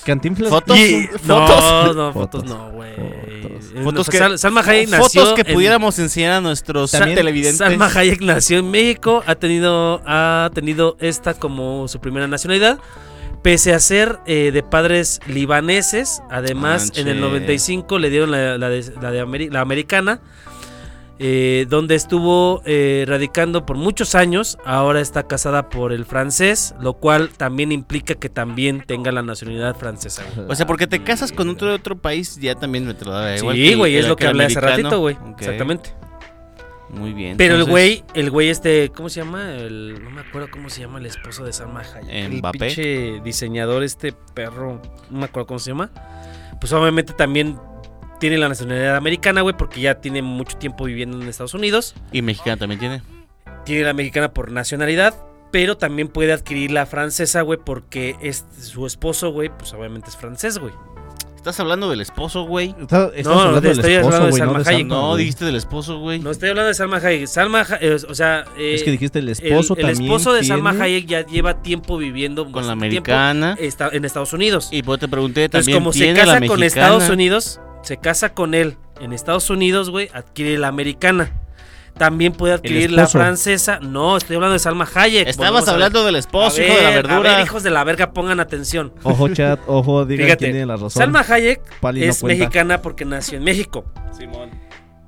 Cantinflas. Fotos. Y- No, Fotos. no, Fotos. fotos no, güey. Fotos. Eh, Fotos no, que- Sal- Salma Hayek nació Fotos que en- pudiéramos enseñar a nuestros También televidentes. Salma Hayek nació en México, ha tenido, ha tenido esta como su primera nacionalidad, pese a ser eh, de padres libaneses. Además, en el Manches. 95 le dieron la, la de, la de Ameri- la americana, eh, donde estuvo eh, radicando por muchos años. Ahora está casada por el francés, lo cual también implica que también tenga la nacionalidad francesa. güey. O sea, porque te casas con otro de otro país, ya también me te lo da igual. Sí, güey, el- es lo que el hablé hace americano. ratito, güey. Ok, Exactamente. Muy bien. Pero el entonces, güey, el güey este, ¿cómo se llama? El, no me acuerdo cómo se llama el esposo de Salma Hayek. Eh, Mbappé. El pinche diseñador, este perro, no me acuerdo cómo se llama. Pues obviamente también tiene la nacionalidad americana, güey, porque ya tiene mucho tiempo viviendo en Estados Unidos. Y mexicano también tiene. Tiene la mexicana por nacionalidad, pero también puede adquirir la francesa, güey, porque es su esposo, güey, pues obviamente es francés, güey. Estás hablando del esposo, güey. Está- estás No, hablando te del estoy esposo, hablando de güey, no Salma de Salma, Hayek. No, güey. dijiste del esposo, güey. No estoy hablando de Salma Hayek. Salma, Ha- eh, o sea, eh, Es que dijiste el el, esposo el también. esposo de Salma tiene- Hayek ya lleva tiempo viviendo con la bastante tiempo americana. está- en Estados Unidos. Y pues te pregunté Entonces, también. como se tiene la casa con mexicana? Estados Unidos, se casa con él en Estados Unidos, güey, adquiere la americana. También puede adquirir la esposo. francesa. No, estoy hablando de Salma Hayek. Estabas Volvemos Pues a ver. hablando del esposo, A hijo de ver, la a verdura. ver, hijos de la verga, pongan atención. Ojo, chat, ojo, digan Fíjate, quién tiene la razón. Salma Hayek Pali no es cuenta. mexicana porque nació en México. Simón.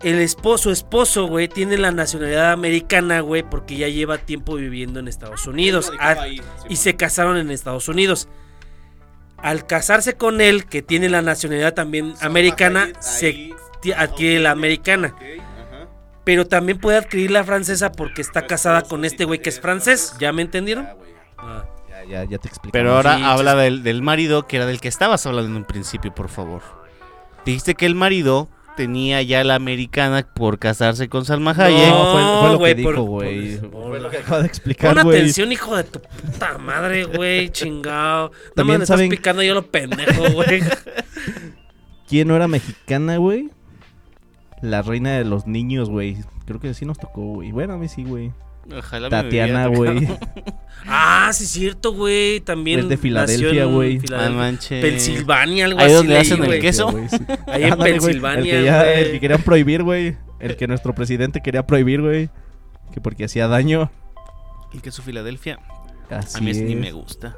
El esposo, esposo, güey, tiene la nacionalidad americana, güey, porque ya lleva tiempo viviendo en Estados Unidos. Radicaba Ha- ahí, Simón. ah, pues. y se casaron en Estados Unidos. Al casarse con él, que tiene la nacionalidad también Salma americana, Hayek se ahí, ti- adquiere la ok, americana. ok, ajá. Pero también puede adquirir la francesa porque está Pues, Pero casada esposo con sí este güey que es tendría francés. francés. ¿Ya me Ah, entendieron? güey. Ah. Ya, ya, ya te explico. Pero ahora Sí, habla del, del marido, que era del que estabas hablando en un principio, por favor. Dijiste que el marido tenía ya la americana por casarse con Salma Hayek. No, fue, fue lo güey, que por- dijo, güey. por- por- Fue lo que acaba de Pon explicar, güey. atención, hijo de tu puta madre, [LAUGHS] güey, chingado. No me También lo estás saben- picando yo lo pendejo, güey. ¿Quién no era mexicana, güey? La reina de los niños, güey. Creo que sí nos tocó, güey. Bueno, a mí sí, güey. Ojalá me Tatiana, hubiera [LAUGHS] güey. tocado. Ah, sí, es cierto, güey. También. Es de nació Filadelfia, en güey. Ah, Filadelfia. manche. Pensilvania, algo Ahí así. donde leí, hacen el güey. queso. Güey, sí. Ahí en Ándale, güey. Pensilvania, El que, ya- güey. el que querían prohibir, güey. El que nuestro presidente quería prohibir, güey. Que porque hacía daño. El queso Filadelfia. Así A mí ese ni es. me gusta.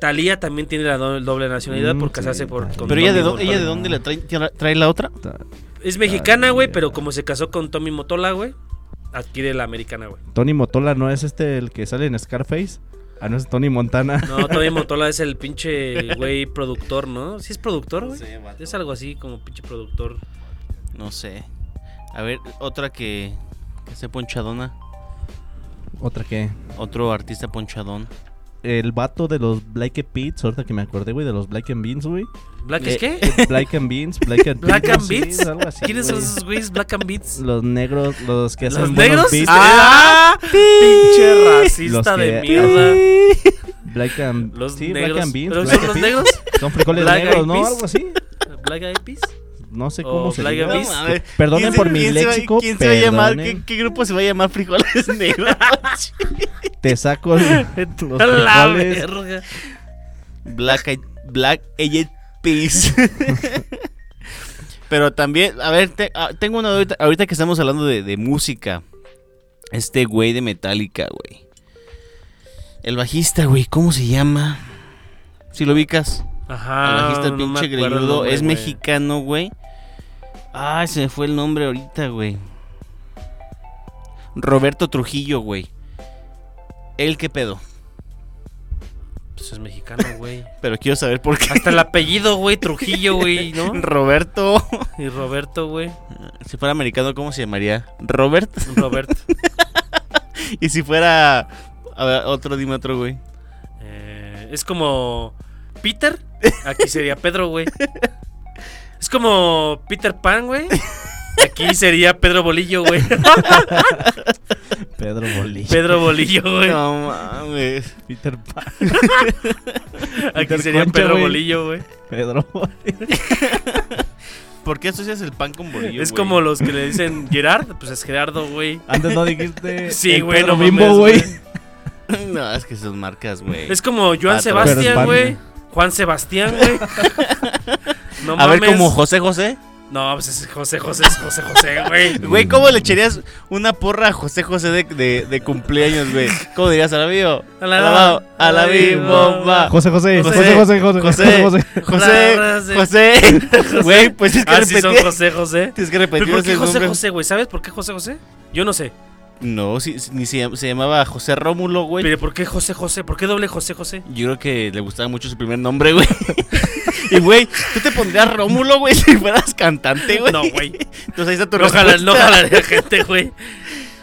Talía también tiene la do- doble nacionalidad Mm, por sí, casarse por. Thalía. con Pero ella Tommy de, dó- Motola. ella de dónde la trae, tira- trae la otra? Es mexicana, güey, Thalía. pero como se casó con Tommy Motola, güey, adquiere la americana, güey. Tony Motola no es este el que sale en Scarface. Ah, no es Tony Montana. No, Tommy Motola es el pinche güey productor, ¿no? Sí es productor, güey. Sí, vato. es algo así como pinche productor. No sé. A ver, otra que, que sea ponchadona. [LAUGHS] Otra que. Otro artista ponchadón. El vato de los Black and Beans, ahorita que me acordé, güey, de los Black and [LAUGHS] Beans, güey. ¿Black Eh, es qué? Black and Beans, Black and ¿Black and sí, Beans? es algo así, ¿Quiénes son güey. esos güeyes? ¿Black and Beats? Los negros, los que hacen ¿Los buenos negros? beats. ¡Ah! ¡Pinche [LAUGHS] Los racista que- de mierda! [LAUGHS] Black [LAUGHS] and Los sí, negros. Black and Beans. ¿Pero Black son and los Beans. negros? Son frijoles Black negros, Eyed ¿no? Peas. Algo así. ¿Black Eyed Peas? No sé O cómo se Black llama. Eyed Peas. No mames. Perdonen ¿Quién se- por mi quién se va- léxico. ¿Quién se va a llamar? ¿Qué, perdonen. qué grupo se va a llamar Frijoles [LAUGHS] Negros? Te saco [LAUGHS] [LAUGHS] los ¡La frijoles. verga! Black Eyed, Black Eyed Peas. [LAUGHS] Pero también, a ver, te- ah, tengo una ahorita, ahorita que estamos hablando de, de música. Este güey de Metallica, güey. El bajista, güey, ¿cómo se llama? Si lo ubicas. El Ajá. bajista Ah, el Ah, no me acuerdo pinche el greñudo, nombre, es güey. mexicano, güey. Ay, se me fue el nombre ahorita, güey. Roberto Trujillo, güey. ¿El qué pedo? Pues es mexicano, güey. Pero quiero saber por qué. Hasta el apellido, güey, Trujillo, güey, [LAUGHS] ¿no? [LAUGHS] Roberto. Y Roberto, güey. Si fuera americano, ¿cómo se llamaría? Robert. [LAUGHS] Roberto. Y si fuera. A ver, otro, dime otro, güey. Eh, es como Peter. Aquí sería Pedro, güey. Es como Peter Pan, güey. Aquí sería Pedro Bolillo, güey. Pedro Bolillo. Pedro Bolillo, güey. No mames. Peter Pan. Aquí Peter sería Concha, Pedro güey. Bolillo, güey. Pedro Bolillo. ¿Por qué asocias el pan con bolillo? Es güey? como los que le dicen Gerard, pues es Gerardo, güey. Antes no [LAUGHS] dijiste. Sí, el güey, Pedro no Bimbo, mames, güey. güey. [LAUGHS] No, es que son marcas, güey. Es como Joan Patrón. Pero es Sebastián, pan, güey. güey. Juan Sebastián, [LAUGHS] güey. No A ver, mames. como José José. No, pues es José José, es José José, [LAUGHS] güey. Güey, ¿cómo le echarías una porra a José José de, de- de cumpleaños, güey? ¿Cómo dirías a la bio? A la- Alabao, a la bomba. José José. José, José José. José José, José. José, José. [LAUGHS] Güey, pues es que Así Ah, son repetir. José José. Tienes que ¿Pero repetir por qué ese José nombre. José, güey? ¿Sabes por qué José José? Yo no sé. No, si- si- ni se, se llamaba José Rómulo, güey. Pero ¿por qué José José? ¿Por qué doble José José? Yo creo que le gustaba mucho su primer nombre, güey. [LAUGHS] Y, güey, tú te pondrías Rómulo, güey, [LAUGHS] si fueras cantante, güey. No, [LAUGHS] güey. Entonces ahí está tu No jala- respuesta. no jalaría gente, güey.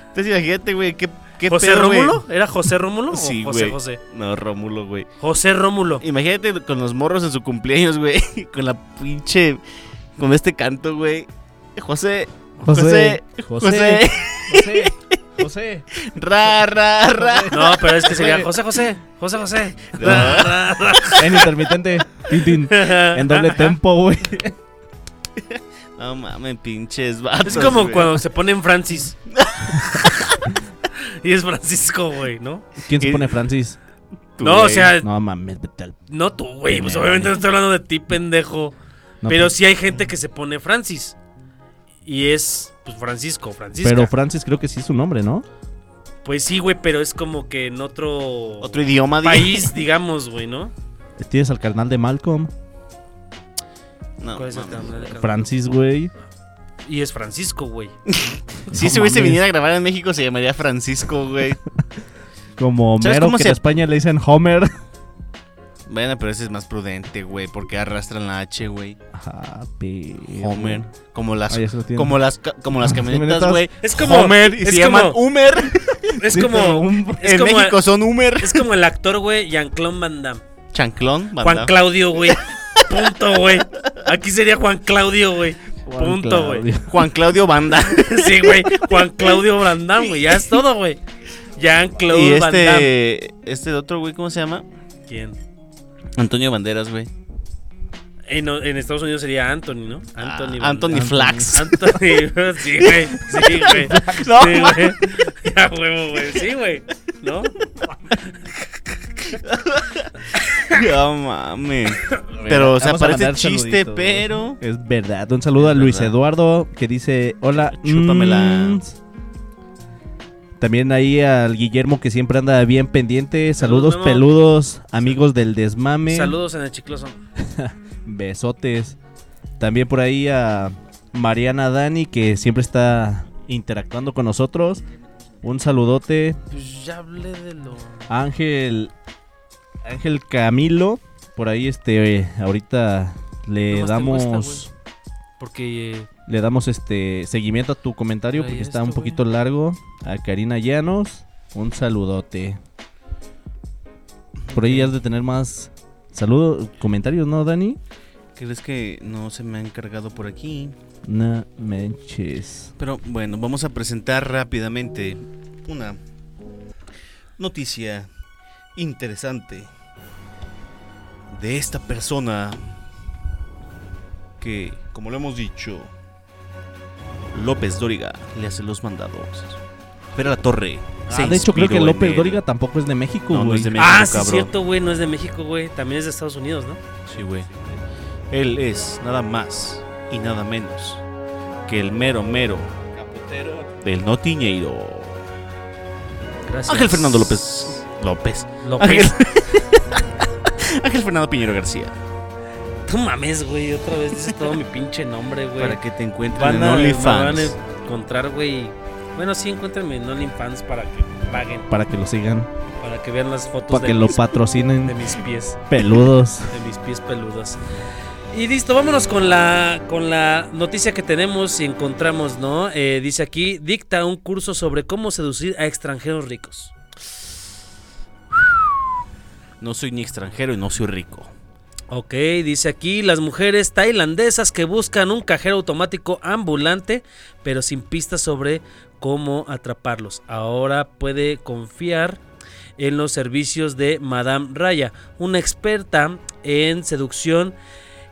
Entonces imagínate, güey, qué, [LAUGHS] qué ¿José pedo, güey. Rómulo? ¿Era José Rómulo? o Sí, José güey. José. No, Rómulo, güey. José Rómulo. Imagínate con los morros en su cumpleaños, güey. [LAUGHS] Con la pinche. Con este canto, güey. José. José. José. José. José. Ra, ra, ra. No, pero es que [LAUGHS] sería José José. José José. Ra, ra. En intermitente. Tin, tin. En [LAUGHS] doble tempo, güey. No mames, pinches vatos. Es como güey. cuando se ponen [LAUGHS] Francis. y es Francisco, güey, ¿no? ¿Quién se Y- pone Francis? Tú, no, o güey. sea, No mames, vete al- no tú, güey. Pues obviamente no estoy hablando de ti, pendejo. no, pues. pero sí hay gente que se pone Francis. Y es, pues, Francisco, Francisco. Pero Francis creo que sí es su nombre, ¿no? Pues sí, güey, pero es como que en otro, Otro idioma, diga. país, digamos, güey, ¿no? Tienes al carnal de Malcolm. No, ¿Cuál es el mames. carnal de Carlos? Francis, güey. Y es Francisco, [LAUGHS] güey. Si No ese güey se mames. viniera a grabar en México, se llamaría Francisco, güey. Como ¿Sabes Homero, cómo que se- en España le dicen Homer. [LAUGHS] Bueno, pero ese es más prudente, güey. Porque arrastran la H, güey. Happy. Homer. Como las. Ah, Ay, eso lo tiene. como las, ca- como [LAUGHS] las Las camionetas, camionetas. güey. Es como- Homer y es se llaman como- Humer. Es Sí, pero como, un- es en como- México son Humer. es como el actor, güey, Jean-Claude Van Damme. Chanclón, Juan banda. Claudio, güey. Punto, güey. Aquí sería Juan Claudio, güey. Juan Punto, güey. Claudio. Juan Claudio Banda. [LAUGHS] Sí, güey. Juan Claudio Brandam, güey. Ya es todo, güey. Jean Claude y Van Damme. este, este otro güey, ¿cómo se llama? ¿Quién? Antonio Banderas, güey. En, en Estados Unidos sería Anthony, ¿no? Anthony. Ah, Van Damme. Anthony Flax. [LAUGHS] Anthony. [LAUGHS] Sí, güey. Sí, güey. No, Sí, mames. güey. [LAUGHS] Ya, huevo, güey. Sí, güey. ¿No? No mames. Pero, o sea, Vamos a parece mandar chiste, saluditos, pero. güey. Es verdad. Un saludo a Luis verdad. Eduardo que dice: Hola, Chúpamela. mm". También ahí al Guillermo que siempre anda bien pendiente. Saludos, Saludos Memo. peludos, amigos del desmame. Saludos en el chicloso. Besotes. También por ahí a Mariana Dani que siempre está interactuando con nosotros. Un saludote. Pues ya hablé de lo. Eh, Ángel Ángel Camilo, por ahí este eh, ahorita le Nomás tengo esta, damos Porque. eh, le damos este seguimiento a tu comentario Ahí porque está, está un güey. poquito largo. A Karina Llanos, un saludote. Por ahí ya has de tener más saludos, comentarios, ¿no, Dani? ¿Crees que no se me ha encargado por aquí? No manches. Pero bueno, vamos a presentar rápidamente una noticia interesante de esta persona que, como lo hemos dicho, López Dóriga le hace los mandados. Pero la torre. se Ah, de hecho, creo que inspiró en López él. Dóriga tampoco es de México, No, güey. no es de México, Ah, sí, es cabrón. cierto, güey. No es de México, güey. También es de Estados Unidos, ¿no? Sí, güey. Él es nada más y nada menos que el mero mero Caputero. del notiñeiro. Gracias. Ángel Fernando López. López. López. Ángel. [LAUGHS] Ángel Fernando Piñero García. No mames, güey. Otra vez dices todo mi pinche nombre, güey. Para que te encuentren Van en a, me OnlyFans. van a encontrar, güey. Bueno, sí, encuéntrenme en OnlyFans para que paguen. Ah, Para que lo sigan, Para que vean las fotos para Pues de, que lo mis, de patrocinen mis pies. peludos. De mis pies peludos. Y listo, vámonos con la, con la noticia que tenemos y encontramos, ¿no? Eh, dice aquí, dicta un curso sobre cómo seducir a extranjeros ricos. No soy ni extranjero y no soy rico. Ok, dice aquí las mujeres tailandesas que buscan un cajero automático ambulante, pero sin pistas sobre cómo atraparlos. Ahora puede confiar en los servicios de Madame Raya, una experta en seducción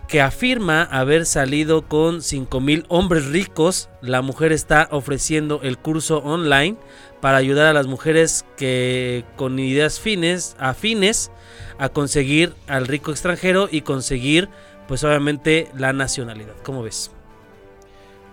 que afirma haber salido con 5.000 hombres ricos. La mujer está ofreciendo el curso online para ayudar a las mujeres que con ideas fines, afines a conseguir al rico extranjero y conseguir, pues obviamente, la nacionalidad. ¿Cómo ves?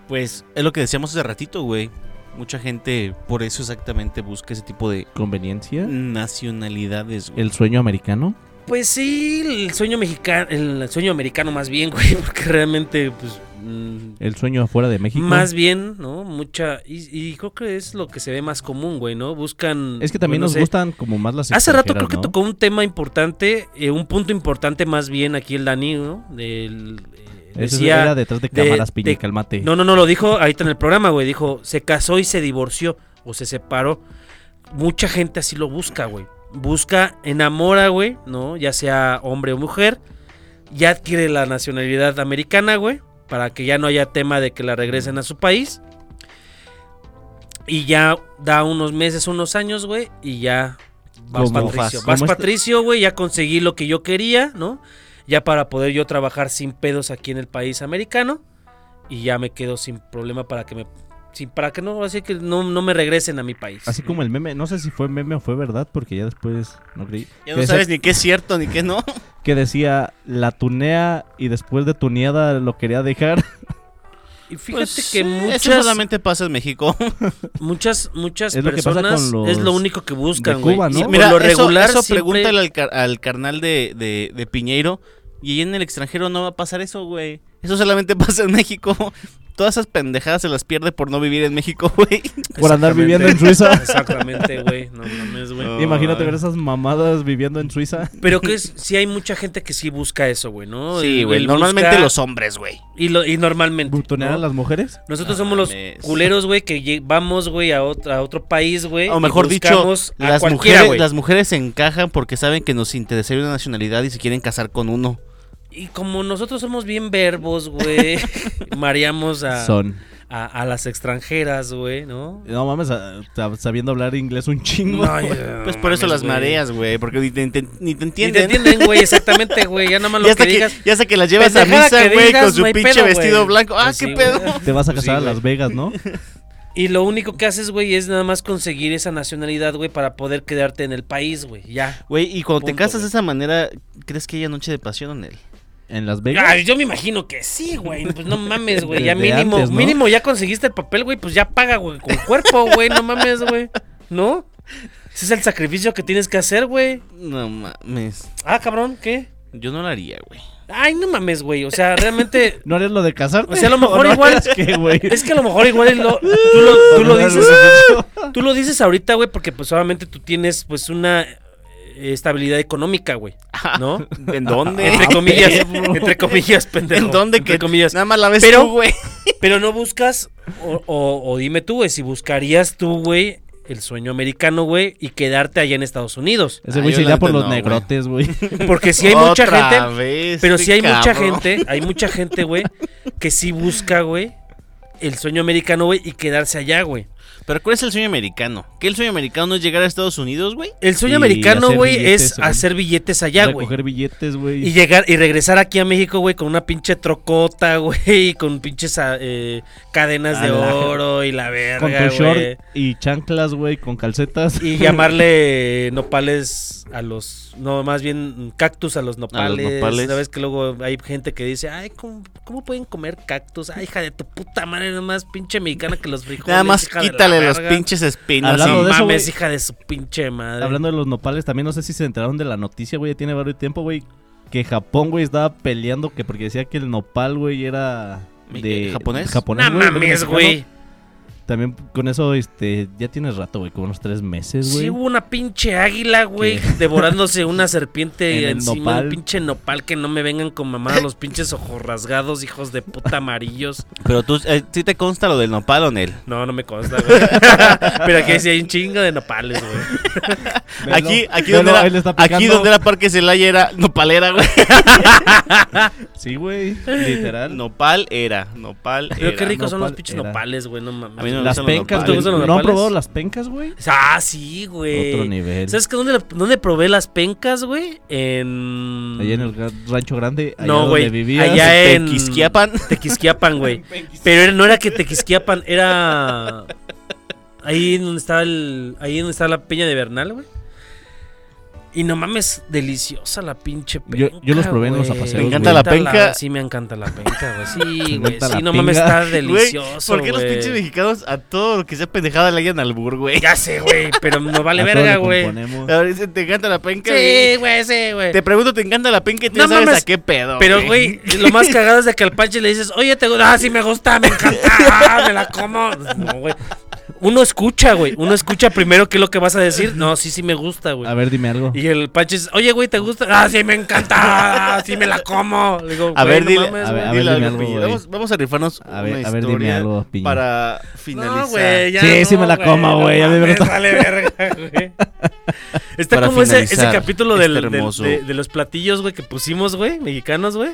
Pues es lo que decíamos hace ratito, güey. Mucha gente por eso exactamente busca ese tipo de ¿Conveniencia? nacionalidades, güey. ¿El sueño americano? Pues sí, el sueño mexicano, el sueño americano más bien, [LAUGHS] güey, porque realmente, pues, mm, ¿El sueño afuera de México? más bien, ¿no? Mucha, y, y creo que es lo que se ve más común, güey, ¿no? Buscan... Es que también bueno, nos sé. gustan como más las Hace rato creo extranjeras, que ¿no? tocó un tema importante, eh, un punto importante más bien aquí el Dani, ¿no? Del, eh, Eso decía- era detrás de de- cámaras, de- piña, cálmate. No, no, no, lo dijo ahorita en el programa, güey. Dijo, se casó y se divorció o se separó. Mucha gente así lo busca, güey. Busca, enamora, güey, ¿no? Ya sea hombre o mujer. Ya adquiere la nacionalidad americana, güey. Para que ya no haya tema de que la regresen a su país. Y ya da unos meses, unos años, güey. Y ya vas Como Patricio. fas- Vas como este- Patricio, güey. Ya conseguí lo que yo quería, ¿no? Ya para poder yo trabajar sin pedos aquí en el país americano y ya me quedo sin problema para que me sin, para que no así que no, no me regresen a mi país Así como el meme, no sé si fue meme o fue verdad, porque ya después no creí. Ya Que no decía- sabes ni qué es cierto ni qué no. Que decía, la tunea y después de tuneada lo quería dejar. y fíjate Pues, que eh, Eso muchas solamente pasa en México. muchas muchas Es lo que pasa personas con es lo los único que buscan de güey Cuba, ¿no? Y Por Mira, por lo eso- regular eso, siempre- pregúntale al, car- al carnal de, de- de Piñeiro. Y ahí en el extranjero no va a pasar eso, güey. Eso solamente [LAUGHS] pasa en México. Todas esas pendejadas se las pierde por no vivir en México, [LAUGHS] güey. Por andar Exactamente. viviendo en [LAUGHS] Suiza. exactamente güey no mames güey [LAUGHS] No. Imagínate ver esas mamadas viviendo en Suiza. pero que si hay mucha gente que sí busca eso güey no Sí, El- güey. el Normalmente busca- los hombres, güey. y, lo- y normalmente ¿Tunear a ¿no? las mujeres? Nosotros No somos los mames. culeros, güey, que lle- vamos, güey, a, otro- a otro país, güey. O y mejor dicho, buscamos a las cualquiera, mujeres, güey. las mujeres se encajan porque saben que nos interesa una nacionalidad y se quieren casar con uno. Y como nosotros somos bien verbos, [LAUGHS] güey, mareamos a, Son. a, a las extranjeras, güey, ¿no? No mames, a- a- sabiendo hablar inglés un chingo. No, Pues por eso las mareas, güey. Porque ni te, ni te- ni te Y te entienden. entienden, [LAUGHS] güey, exactamente, güey. Ya nada más ya, lo hasta que que, digas. ya hasta que las llevas a pendejada misa, que güey, digas, con su no hay pinche pedo, güey. vestido blanco. Ah, Pues qué sí, pedo. güey. Te vas a Pues casar sí, a güey. Las Vegas, ¿no? Y lo único que haces, güey, es nada más conseguir esa nacionalidad, güey, para poder quedarte en el país, güey. Ya. Güey, y cuando te Punto, casas güey. de esa manera, ¿crees que haya noche de pasión en él? En Las Vegas. Ay, yo me imagino que sí, güey. Pues no mames, [LAUGHS] güey. Ya Desde mínimo, antes, ¿no? mínimo ya conseguiste el papel, güey. Pues ya paga, güey, con cuerpo, güey. No mames, güey. ¿No? Ese es el sacrificio que tienes que hacer, güey. No mames. Ah, cabrón, ¿qué? Yo no lo haría, güey. Ay, no mames, güey. O sea, realmente. ¿No harías lo de casarte? O sea, Pues a lo mejor ¿O no igual- harías qué, güey? Es que a lo mejor igual es lo- tú, lo, tú lo dices. Tú lo dices ahorita, güey, porque pues obviamente tú tienes pues una eh, estabilidad económica, güey. ¿No? [LAUGHS] ¿En dónde? Entre [LAUGHS] comillas, entre comillas, pendejo. ¿En dónde? Entre que comillas. Nada más la ves Pero- tú, güey. Pero no buscas, o, o- o dime tú, güey, si buscarías tú, güey, el sueño americano, güey, y quedarte allá en Estados Unidos. Ese Ah, güey yo se la iría por neta los no, güey. negrotes, güey. Porque si hay mucha Otra gente, vez, pero este si hay mucha cabrón. gente, hay mucha gente, güey, que sí busca, güey, el sueño americano, güey, y quedarse allá, güey. Pero ¿cuál es el sueño americano? ¿Qué el sueño americano es llegar a Estados Unidos, güey? El sueño Y americano, hacer güey, billetes, es güey. hacer billetes allá, güey. Recoger billetes, güey. Y llegar y regresar aquí a México, güey, con una pinche trocota, [LAUGHS] güey, y con pinches ah, eh, cadenas A de la- oro y la Con verga, tu short güey. y chanclas, güey, con calcetas. Y llamarle nopales a los. No, más bien cactus a los nopales. nopales. Sabes que luego hay gente que dice, ay, ¿cómo, cómo pueden comer cactus? Ay, hija de tu puta madre, nada más pinche mexicana que los frijoles. Nada más hija de la quítale los verga". pinches espinas. Hablando y- No de eso, mames, güey. hija de su pinche madre. Hablando de los nopales, también no sé si se enteraron de la noticia, güey. ya Tiene varios tiempo, güey. Que Japón, güey, estaba peleando que porque decía que el nopal, güey, era Mi- de ¿japonés? no güey, mames, mexicano. güey. También con eso, este, ya tienes rato, güey, como unos tres meses, güey. Sí, hubo una pinche águila, güey, ¿Qué? [LAUGHS] devorándose una serpiente [LAUGHS] En el encima de un nopal. pinche nopal. Que no me vengan con mamá los pinches ojos rasgados, hijos de puta amarillos. Pero tú, eh, ¿sí te consta lo del nopal o Nel? No, no me consta, güey. [LAUGHS] Pero aquí sí hay un chingo de nopales, güey. Velo, Aquí, aquí, velo, donde era, ahí le está aquí picando. donde era Parque Celaya era nopalera, güey. Sí, güey, [LAUGHS] literal. Nopal era, nopal era. Pero qué ricos son los nopal, pinches era. nopales, güey, no mames. A mí no me Las gustan los pencas, nopales. güey. ¿Te gustan los ¿No han nopales? probado las pencas, güey? Ah, sí, güey. Otro nivel. ¿Sabes que dónde, la- dónde probé las pencas, güey? En. Allá en el gra- rancho grande, allá No, donde güey. vivías. Allá en. Tequisquiapan. Tequisquiapan, güey. Pero era- no era que Tequisquiapan, era. Ahí en donde estaba el. Ahí en donde estaba la peña de Bernal, güey. Y no mames, deliciosa la pinche Yo- penca. yo los probé en los güey. apaseos, Me encanta güey. la penca. Sí, me encanta la penca, güey. Sí, Me güey. encanta Sí, la no mames, pinga. está [LAUGHS] Güey, delicioso. ¿por qué los güey. pinches mexicanos a todo lo que sea pendejada le hayan [LAUGHS] albur, güey? Ya sé, güey, pero no vale A todo verga, le güey. componemos. Ahora dicen, te encanta la Sí, penca. güey. güey, sí, güey. Te pregunto, ¿te encanta la penca y tú No ya sabes mames, a qué pedo? Pero, güey, lo más cagado es de que al Panche le dices, oye, te gusta, ah, sí me gusta, me encanta, ah, me la como. No, güey. Uno escucha, güey. Uno escucha primero qué es lo que vas a decir. No, sí, sí me gusta, A güey. ver, dime algo. Y el Panche dice, oye, güey, ¿te gusta? Ah, sí me encanta, ah, sí me la como. Le digo, A "Güey, ver, no dile- mames, a ver, güey". a ver, Dile dime algo, algo, Piña. güey. Vamos, vamos a rifarnos A ver, una a ver, dime historia algo, Piña. para No, finalizar. güey, ya Sí, no, sí me la güey, como, güey, ya No de mames, verdad. vale [LAUGHS] verga, güey. Está Para como ese, ese finalizar, capítulo este del, del- hermoso. de, de los platillos, güey, que pusimos, güey, mexicanos, güey.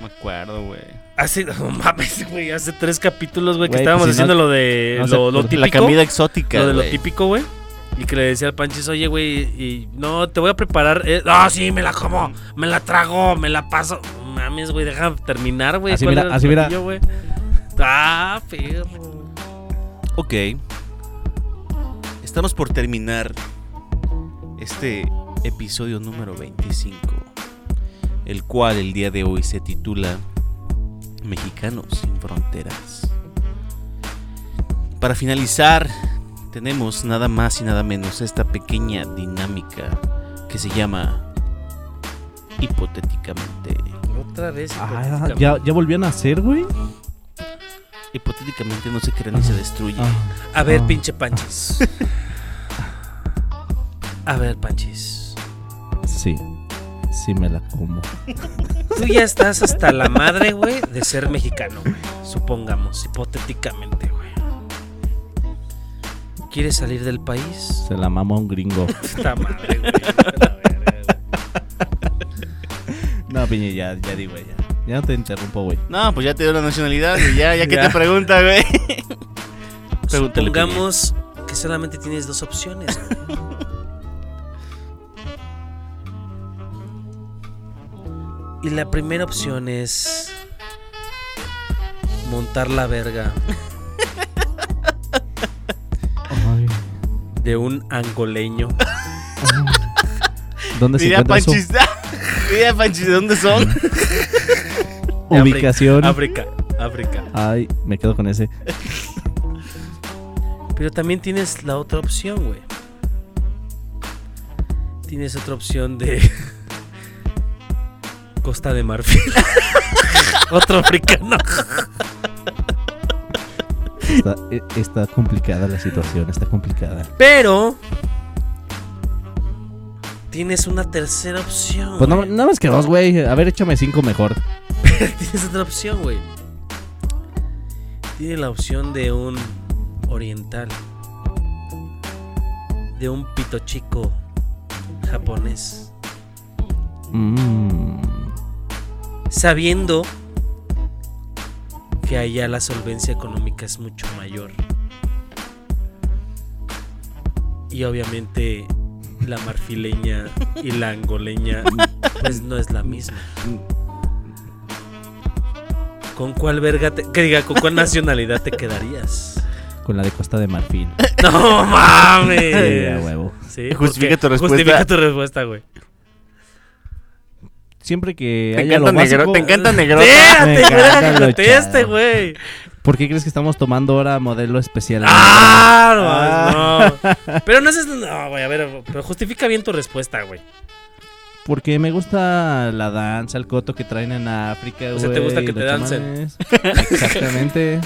Me acuerdo, güey. Hace, [LAUGHS] no mames, güey, hace tres capítulos, güey, que Güey, estábamos pues si no- haciendo lo de no sé, lo, lo pues, típico. La comida exótica. lo de lo güey. típico, güey. Y que le decía al Panchis, oye, güey, y no, te voy a preparar. eh, No, sí, me la como, me la trago, me la paso. Mames, güey, deja terminar, güey. Así ¿cuál mira, era el así mira. platillo, güey? [LAUGHS] Ah, perro. Ok. Estamos por terminar este episodio número 25, el cual el día de hoy se titula Mexicanos sin fronteras. Para finalizar, tenemos nada más y nada menos esta pequeña dinámica que se llama hipotéticamente. Otra vez. Ah, hipotéticamente. ya, ya volvían a hacer, güey. Hipotéticamente no se crea ni se destruye. Ah, A ver, Ah. pinche [LAUGHS] Panchis. A ver, Panchis. sí, sí me la como. Tú ya estás hasta la madre, güey, de ser mexicano, güey. Supongamos, hipotéticamente, güey. ¿Quieres salir del país? Se la mama un gringo. Puta madre, [LAUGHS] güey. la verga, güey. No, piña, ya, ya di, güey, ya. Ya no te interrumpo, güey. No, pues ya te dio la nacionalidad y ya, [LAUGHS] ya que Ya. te pregunta, güey. Pregúntale, Pues, Supongamos que solamente tienes dos opciones, güey. Y la primera opción es montar la verga Ay. de un angoleño. ¿Dónde se Diría encuentra su Panchis. [LAUGHS] Diría Panchis, ¿de dónde [LAUGHS] son? De África- ubicación? África, África. Ay, me quedo con ese. Pero también tienes la otra opción, güey. Tienes otra opción de [LAUGHS] Costa de Marfil. [LAUGHS] otro africano. Está, e- está complicada la situación, está complicada. Pero tienes una tercera opción. Pues no, güey. nada más que dos, güey. A ver, échame cinco mejor. [LAUGHS] Tienes otra opción, güey. Tienes la opción de un oriental. De un pito chico japonés. Mm. sabiendo que allá la solvencia económica es mucho mayor. Y obviamente la marfileña y la angoleña pues no es la misma. ¿Con cuál verga te, que diga, con [LAUGHS] cuál nacionalidad te quedarías? Con la de Costa de Marfil. No Sí, a mames. huevo. Sí, Justifica porque- tu respuesta. Justifica tu respuesta, güey. Siempre que Te haya lo encanta, negro, básico- te encanta negro. Me Espérate, encanta güey, lo conteste, chavo. güey. ¿Por qué crees que estamos tomando ahora modelo especial? ¡Ah! No, no. Pero no es. No, güey, a ver, pero justifica bien tu respuesta, güey. Porque me gusta la danza, el coto que traen en África, O sea, ¿te güey, gusta que los te dancen? chamanes. Exactamente.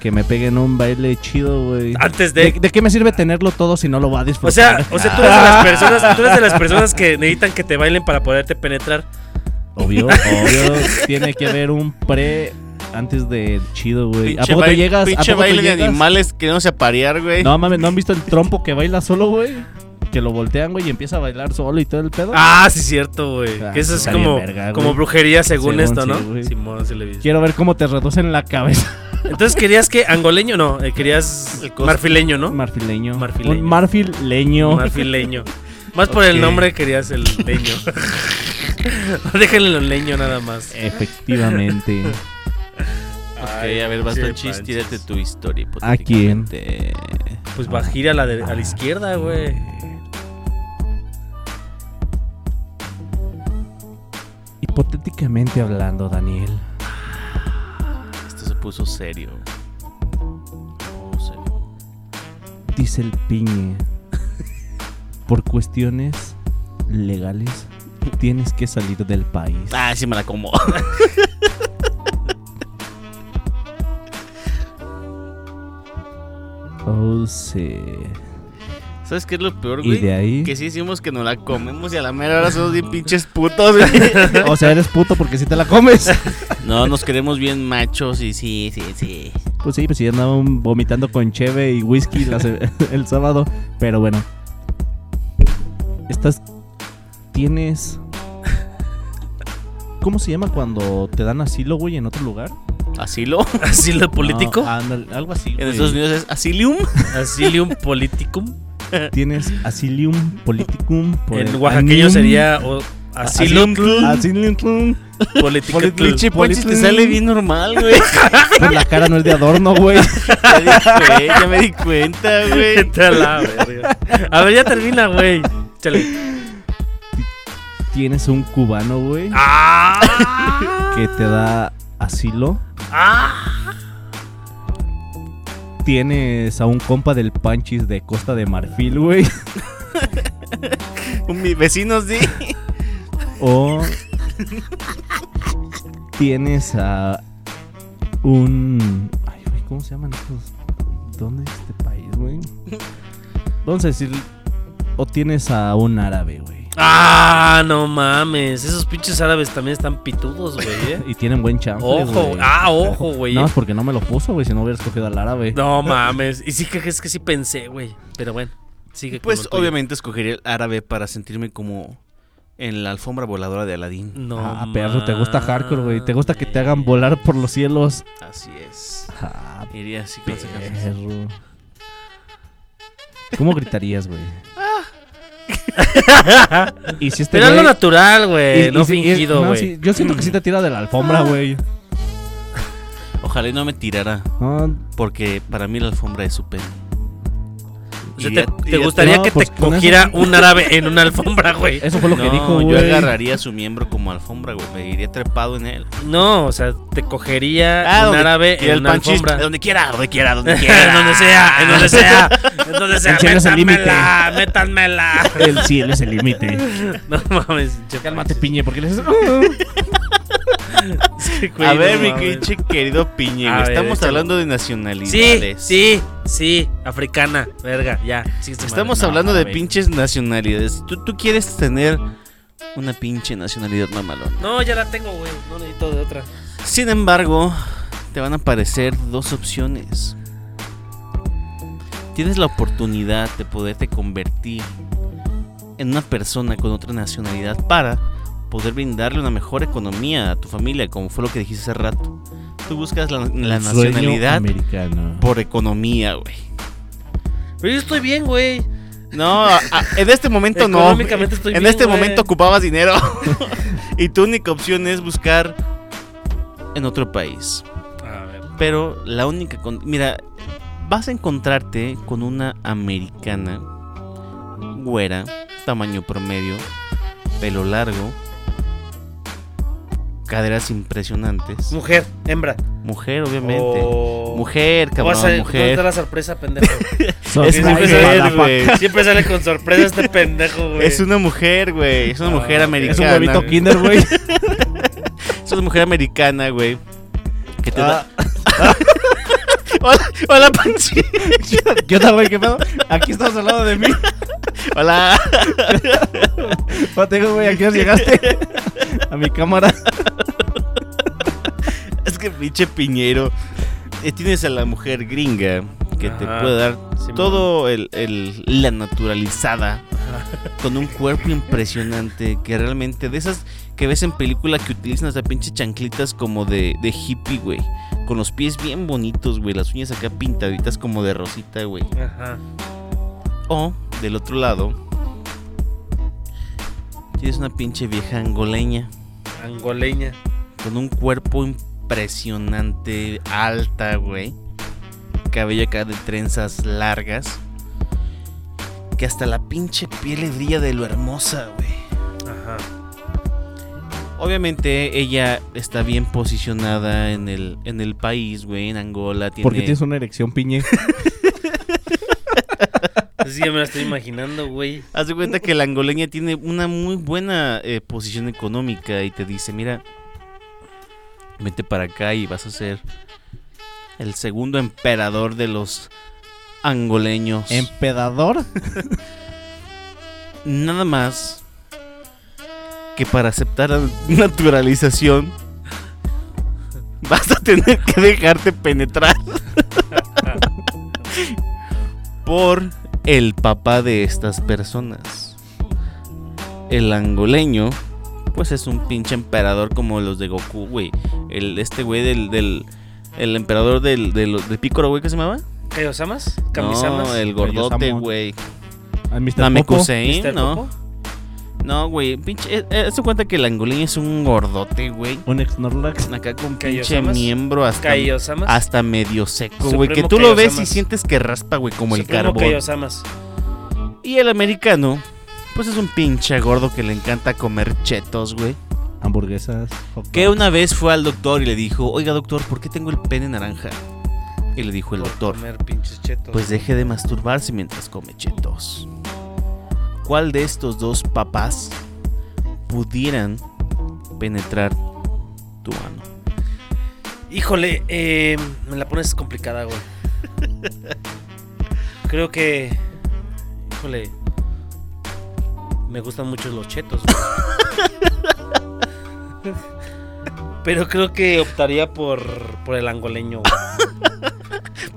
que me peguen un baile chido, güey. Antes ¿De, Ah, de. de qué me sirve tenerlo todo si no lo va a disfrutar? O sea, o sea, tú eres de las personas, tú eres de las personas que necesitan que te bailen para poderte penetrar. [LAUGHS] Obvio, obvio. tiene que haber un pre antes de chido, güey. ¿A Pinche poco te baile- llegas? ¿A Pinche poco te baile de llegas? animales que no se aparear, güey. No mames, ¿no han visto el trompo que baila solo, güey? Que lo voltean, güey, y empieza a bailar solo y todo el pedo. Ah, sí, cierto, güey. Ah, Que eso es está bien como, verga, como güey. brujería según, Según esto, sí, ¿no? güey. Simón, sí le vi. Quiero ver cómo te reducen la cabeza. Entonces querías que angoleño, no, eh, querías El costo. marfileño, ¿no? Marfileño. Marfileño. Un marfileño. Marfileño. Más por el Ok. nombre querías el leño. [LAUGHS] Déjenle el leño nada más. Efectivamente. Ok, a ver, vas sí, Tonchis, panchas. tírate tu historia. ¿A quién? hipotéticamente. Pues va, gira a la, de- a la izquierda, güey. [LAUGHS] Hipotéticamente hablando, Daniel. Esto se puso serio. Oh, No, serio. Dice el piñe. Por cuestiones legales, tienes que salir del país. Ah, sí me la como. Oh, sí. [LAUGHS] ¿Sabes qué es lo peor, Y güey? de ahí. Que sí hicimos que nos la comemos y a la mera hora somos [LAUGHS] bien pinches putos, güey. O sea, eres puto porque si te la comes. No, nos queremos bien machos y sí, sí, sí. Pues sí, pues sí, andaban vomitando con cheve y whisky la se- [LAUGHS] el sábado. Pero bueno. Estás. Tienes. ¿Cómo se llama cuando te dan asilo, güey, en otro lugar? [LAUGHS] ¿Asilo? Así lo político. No, ándale, algo así. En güey. Estados Unidos es asilium. Asilium politicum. Tienes asilium politicum. por En el oaxaqueño anium, sería o, asilo Asilium. politicum. Pinche Ponchis te sale bien normal, güey. [LAUGHS] Pues la cara no es de adorno, güey. Ya, di cue- ya me di cuenta, güey. Vete a la verga. A ver, ya termina, güey. Chale. Tienes un cubano, güey, ¡Ah! que te da asilo. ¡Ah! Tienes a un compa del Panchis de Costa de Marfil, güey. Mis vecinos, sí. O tienes a un. Ay, güey, ¿cómo se llaman estos? ¿Dónde es este país, güey? Vamos a decir. O tienes a un árabe, güey. ¡Ah! No mames. Esos pinches árabes también están pitudos, güey. ¿eh? Y tienen buen chanfle, Ojo, güey. ah, ojo, güey. No, ¿eh? es porque no me lo puso, güey, si no hubiera escogido al árabe. No mames. Y sí que es que sí pensé, güey. Pero bueno, sigue. con Pues lo tuyo. obviamente escogería el árabe para sentirme como en la alfombra voladora de Aladdin. No. ah, perro, te gusta hardcore, güey. Te gusta que te mames. hagan volar por los cielos. Así es. Ah, Iría así con esa canción. perro. ¿Cómo gritarías, güey? y si este Pero algo güey- natural, güey. y- No y si- y- fingido, no, güey. sí, yo siento que sí te tira de la alfombra, güey. Ojalá y no me tirara, No, porque para mí la alfombra es su pene. O sea, Y te, ya- te y ya- gustaría no, que pues, te con cogiera un árabe en una alfombra, güey. eso fue lo que No, dijo, yo güey. agarraría su miembro como alfombra, güey. Me iría trepado en él. No, o sea, te cogería un Ah, donde árabe quiera en el una panchis, alfombra. Donde quiera, donde quiera, donde [LAUGHS] quiera. en donde sea, en donde sea, [LAUGHS] en donde sea, El cielo es el límite. métanmela, métanmela. [LAUGHS] El cielo es el límite. No mames, che, Cálmate, piñe, porque le haces. güey, a no ver, mi mames. pinche querido piñe, A güey, ver, estamos échale. hablando de Sí, nacionalidades. sí, sí, africana, verga, ya. sí, su madre. Estamos No, hablando a de ver. pinches nacionalidades. ¿Tú, tú quieres tener una pinche nacionalidad mamalona. No, ya la tengo, güey, no necesito de otra. Sin embargo, te van a aparecer dos opciones. Tienes la oportunidad de poderte convertir en una persona con otra nacionalidad para poder brindarle una mejor economía a tu familia, como fue lo que dijiste hace rato. Tú buscas la, la Sueño nacionalidad americano. por economía, güey. Pero yo estoy bien, güey. No, a- a- en este momento no. Económicamente estoy en bien, este güey. momento ocupabas dinero. [LAUGHS] y tu única opción es buscar en otro país. A ver. Pero la única... con- Mira, vas a encontrarte con una americana, güera, tamaño promedio, pelo largo, caderas impresionantes. Mujer, hembra. Mujer, obviamente. Oh. O- Mujer, Te vas a- cabrón, te vas a dar mujer. la sorpresa, pendejo? Sos Es Sí, my mujer, siempre, sale, motherfucker. güey. güey. Siempre sale con sorpresa este pendejo, güey. Es una mujer, güey. Es una Ah, mujer es un Es americana. un huevito kinder, güey. Ah. Ah. Es una mujer americana, güey. Que te da. Hola, [LAUGHS] hola, Panchi. [LAUGHS] ¿Qué tal, güey? ¿Qué pedo? Aquí estás al lado de mí. Hola. Patego, güey, ¿a qué hora llegaste? A mi cámara. Es que pinche piñero. Eh, Tienes a la mujer gringa que te Ajá, puede dar Simón. todo el, el- la naturalizada con un cuerpo impresionante que realmente de esas que ves en película que utilizan hasta pinches chanclitas como de, de hippie, güey. Con los pies bien bonitos, güey. Las uñas acá pintaditas como de rosita, güey. Ajá. O, del otro lado, tienes una pinche vieja angoleña Angoleña. con un cuerpo impresionante, alta, güey. Cabello acá de trenzas largas. Que hasta la pinche piel le brilla de lo hermosa, güey. Ajá. Obviamente ella está bien posicionada en el, en el país, güey, en Angola. Tiene... ¿Por qué tienes una erección, piñe? Así ya me la estoy imaginando, güey. Haz de cuenta que la angoleña tiene una muy buena eh, posición económica y te dice, mira, vete para acá y vas a ser el segundo emperador de los angoleños. Em, [LAUGHS] ¿Empedador? Nada más que para aceptar la [LAUGHS] naturalización vas a tener que dejarte penetrar [LAUGHS] por el papá de estas personas. El angoleño, pues es un pinche emperador como los de Goku, güey. El, este güey del, del- El emperador del, de los de Picoro, güey, ¿qué se llamaba? ¿Qué, Osamas? No, ¿Kamisamas? el gordote, Kaiosama. güey. ¿A Mr. Popo? Namekusei, ¿Mr. ¿no? Popo? No, güey, pinche. eh, eh, haz de cuenta que el angoleño es un gordote, güey. ¿Un ex-Norlax? Acá con pinche Kaiosamas. miembro hasta, ¿Kaiosamas? hasta medio seco, Supremo güey. Que tú lo ves y Kaiosamas. sientes que raspa, güey, como el Supremo carbón. Kaiosamas. Y el americano, pues es un pinche gordo que le encanta comer chetos, güey. Hamburguesas. hot Que dog. una vez fue al doctor y le dijo, oiga, doctor, ¿por qué tengo el pene naranja? Y le dijo el Por doctor, comer pinches chetos. pues deje de masturbarse mientras come chetos. ¿Cuál de estos dos papás pudieran penetrar tu ano? Híjole, eh, me la pones complicada, güey. Creo que. Híjole. Me gustan mucho los chetos, güey. Pero creo que optaría por, por el angoleño,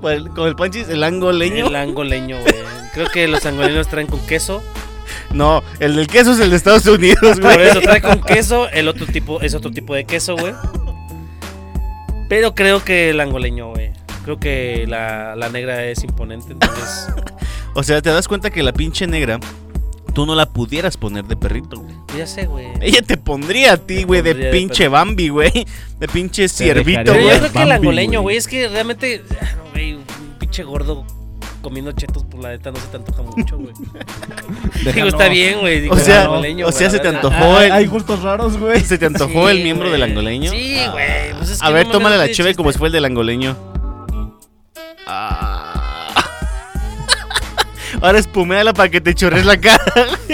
güey. Con el, con el panchis, el angoleño. El angoleño, güey. Creo que los angoleños traen con queso. No, el del queso es el de Estados Unidos, [LAUGHS] Por güey. eso trae con queso. El otro tipo es otro tipo de queso, güey. Pero creo que el angoleño, güey. Creo que la, la negra es imponente, entonces. O sea, te das cuenta que la pinche negra, tú no la pudieras poner de perrito, güey. Ya sé, güey. Ella te pondría a ti, Te güey, de pondría de pinche perrito. Bambi, güey. De pinche ciervito, dejaría Pero güey. yo güey, creo que el Bambi, angoleño, güey. güey, es que realmente, ah, no, güey, un pinche gordo comiendo chetos, por la neta, no se te antoja mucho, [LAUGHS] güey. Digo, Déjalo. está bien, güey. digo, O sea, angoleño, o güey, sea, la se te verdad. antojó Ah, el- Hay gustos raros, [LAUGHS] güey. [LAUGHS] ¿Se te antojó el Sí, miembro güey. del angoleño? Ah. Sí, güey. pues es A que ver, no tómale la mames, no cheve tiene como si chiste. fue el del angoleño. Ah. [LAUGHS] Ahora espuméala para que te chorres la cara. [LAUGHS]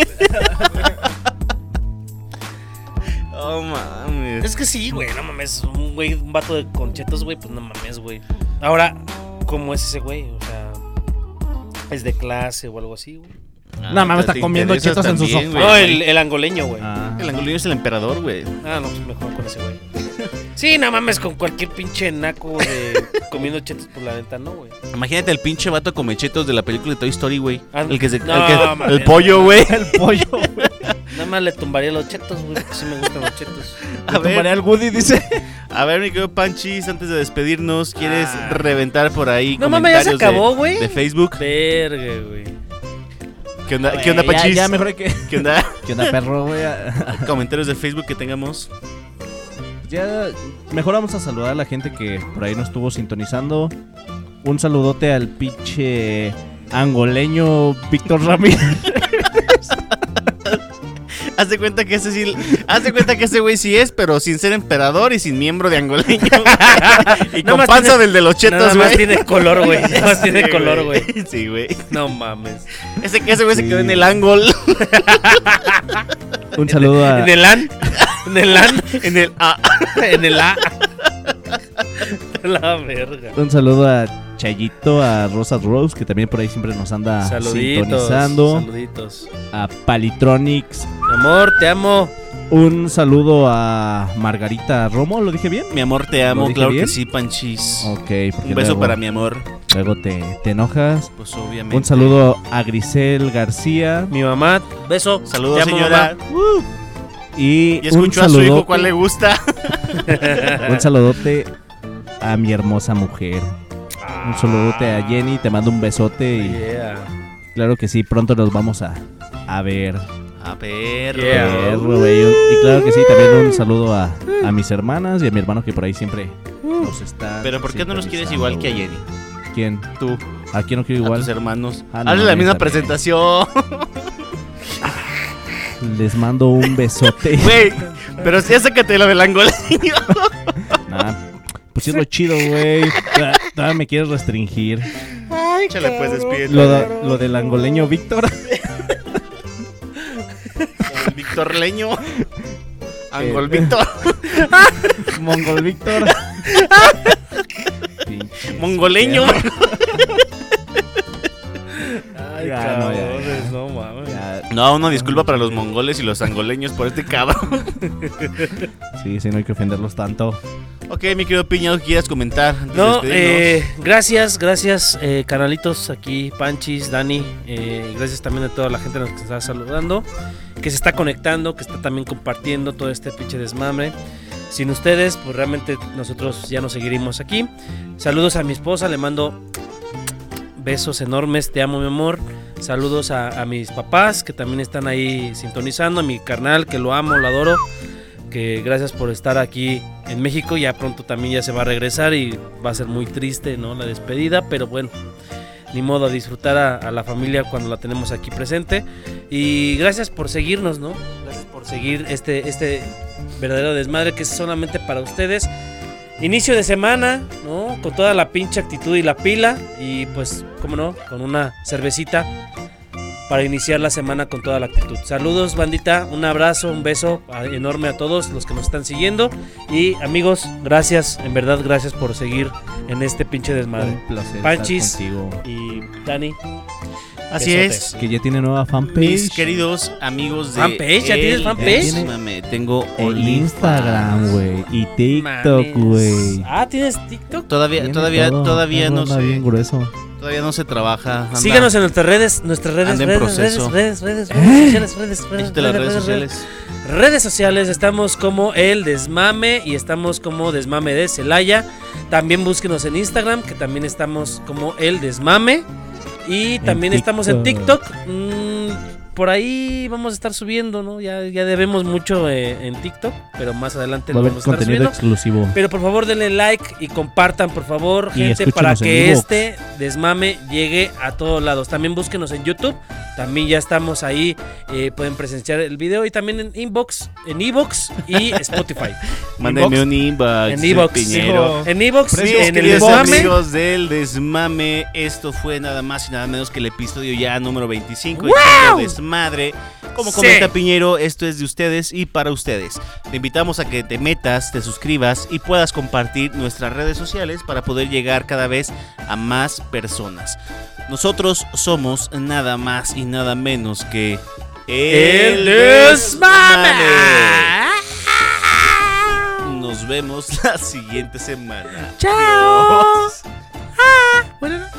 oh, mames. Es que sí, güey, no mames. Un güey, un vato de conchetos, güey, pues no mames, güey. Ahora, ¿cómo es ese güey? O sea, ¿es de clase o algo así, güey? Ah, No, mames, te está comiendo interesa chetos en su también, sofá. güey. No, el, el angoleño, güey. Ah. El angoleño es el emperador, güey. Ah, no, pues mejor con ese güey. Sí, no mames, con cualquier pinche naco [LAUGHS] de comiendo chetos por la venta, no, güey. Imagínate el pinche vato come chetos de la película de Toy Story, güey. Ah, El que se. no, el, que- mames. el pollo, güey. El pollo, güey. Nada más le tumbaría los chetos, güey, porque sí me gustan los chetos. [LAUGHS] A ver. María el Woody dice. [LAUGHS] A ver, mi querido Panchis, antes de despedirnos, ¿quieres reventar por ahí? No mames, ya se comentarios de- acabó, güey. De Facebook. Verga, güey. ¿Qué onda, ¿qué onda Güey, ya- Panchis? Ya, mejor hay que. ¿Qué onda? [LAUGHS] ¿Qué onda, perro, güey? Comentarios de Facebook que tengamos. [LAUGHS] Ya, mejor vamos a saludar a la gente que por ahí nos estuvo sintonizando. Un saludote al pinche angoleño Víctor [LAUGHS] Ramírez. Haz de cuenta que ese sí. Haz de cuenta que ese güey sí es, pero sin ser emperador y sin miembro de angoleño. [LAUGHS] y Nada con más panza tiene- del de los Nada chetos, más güey. tiene color, güey. Nada más tiene Sí, color, güey. [LAUGHS] Sí, güey. No mames. Ese, ese güey se Sí. quedó en el ángulo. Un saludo a. [LAUGHS] En el LAN. En el LAN. En el. ah, En el A. la verga. Un saludo a Chayito, a Rosa Rose, que también por ahí siempre nos anda Saluditos. Ah, sintonizando. Saluditos. A Palitronics. Mi amor, te amo. Un saludo a Margarita Romo, ¿lo dije bien? [LAUGHS] Mi amor, te ¿Lo amo, dije claro bien? que sí, Panchis. Ok, porque Un beso luego- para mi amor. Luego te, te enojas. Pues obviamente. Un saludo a Grisel García. Mi mamá, beso. Saludos, Te amo, señora. mamá. Y, Y un, escuchó a su saludo, hijo cuál le gusta. un saludote a mi hermosa mujer. Un saludote a Jenny, te mando un besote y Yeah. claro que sí, pronto nos vamos a, a ver. A ver. Yeah. Perro, güey. Y claro que sí, también un saludo a, a mis hermanas y a mi hermano que por ahí siempre nos está. Uh. Pero ¿por qué no nos quieres sintonizando, igual que a güey? Jenny? ¿Quién? Tú, ¿A quién no quiero a igual? tus hermanos. Ah, no, Hazle la mames, misma también. [LAUGHS] presentación. Les mando un besote. [LAUGHS] Güey, pero sí, sácate lo del angoleño. Nah, pues sí es lo chido, güey. Ta- Todavía me quieres restringir. Échale pues, despídete. Lo, da- lo del angoleño Víctor. [LAUGHS] Como el Víctor [LAUGHS] Leño. Angol Eh, Víctor. Mongol Víctor. Mongoleño. eh, Ay, Ya, no, ya, cabrones, no mames. Ya, No, una disculpa para los mongoles y los angoleños por este cabrón. [LAUGHS] Sí, sí, no hay que ofenderlos tanto. Ok, mi querido Piña, ¿qué quieras comentar? antes de No, despedirnos? eh, gracias, gracias, eh, canalitos aquí, Panchis, Dani. eh, gracias también a toda la gente que nos está saludando, que se está conectando, que está también compartiendo todo este pinche desmamre. Sin ustedes, pues realmente nosotros ya nos seguiremos aquí. Saludos a mi esposa, le mando besos enormes, te amo, mi amor. Saludos a, a mis papás que también están ahí sintonizando, a mi carnal que lo amo, lo adoro. Que gracias por estar aquí en México. Ya pronto también ya se va a regresar y va a ser muy triste, ¿no? La despedida, pero bueno, ni modo a disfrutar a, a la familia cuando la tenemos aquí presente. Y gracias por seguirnos, ¿no? Gracias por seguir este, este verdadero desmadre que es solamente para ustedes. Inicio de semana, ¿no? Con toda la pinche actitud y la pila. Y pues, ¿cómo no? Con una cervecita para iniciar la semana con toda la actitud. Saludos, bandita. Un abrazo, un beso a- enorme a todos los que nos están siguiendo. Y amigos, gracias, en verdad, gracias por seguir en este pinche desmadre. Un placer Panchis. estar contigo. Y Dani, Así besote. es. Que ya tiene nueva fanpage. Mis queridos amigos de. Fanpage, ¿ya tienes El fanpage? Desmame, tengo El OnlyFans. Instagram, güey. Y TikTok, Mames. güey. Ah, ¿tienes TikTok? Todavía, Tiene todavía, todo, todavía todo no anda se, bien grueso. todavía no se trabaja. anda. Síganos en nuestras redes, nuestras redes, Anda en redes, proceso. redes, redes, ¿Eh? redes, redes, sociales, redes, redes, Échate las redes redes. sociales. Redes sociales, estamos como El Desmame y estamos como Desmame de Celaya. También búsquenos en Instagram, que también estamos como El Desmame. Y En también estamos en TikTok. TikTok. Mm, por ahí vamos a estar subiendo, ¿no? Ya, ya debemos mucho eh, en TikTok, pero más adelante Va a lo haber vamos a estar contenido subiendo. exclusivo. Pero por favor denle like y compartan, por favor, Y gente, para escúchenos en que iVoox. este desmame llegue a todos lados. También búsquenos en YouTube, también ya estamos ahí, eh, pueden presenciar el video y también en inbox, en iBox [LAUGHS] y Spotify. Mándenme un inbox. en soy iBox, Piñero. en iBox, Sí, en el queridos desmame. amigos del desmame, esto fue nada más y nada menos que el episodio ya número 25 de ¡Wow! Chido Desmadre. Como Sí. comenta Piñero, esto es de ustedes y para ustedes. Te invitamos a que te metas, te suscribas y puedas compartir nuestras redes sociales para poder llegar cada vez a más personas. Nosotros somos nada más y nada menos que El desmame. [LAUGHS] Nos vemos la siguiente semana. Chao. Adiós. Bueno,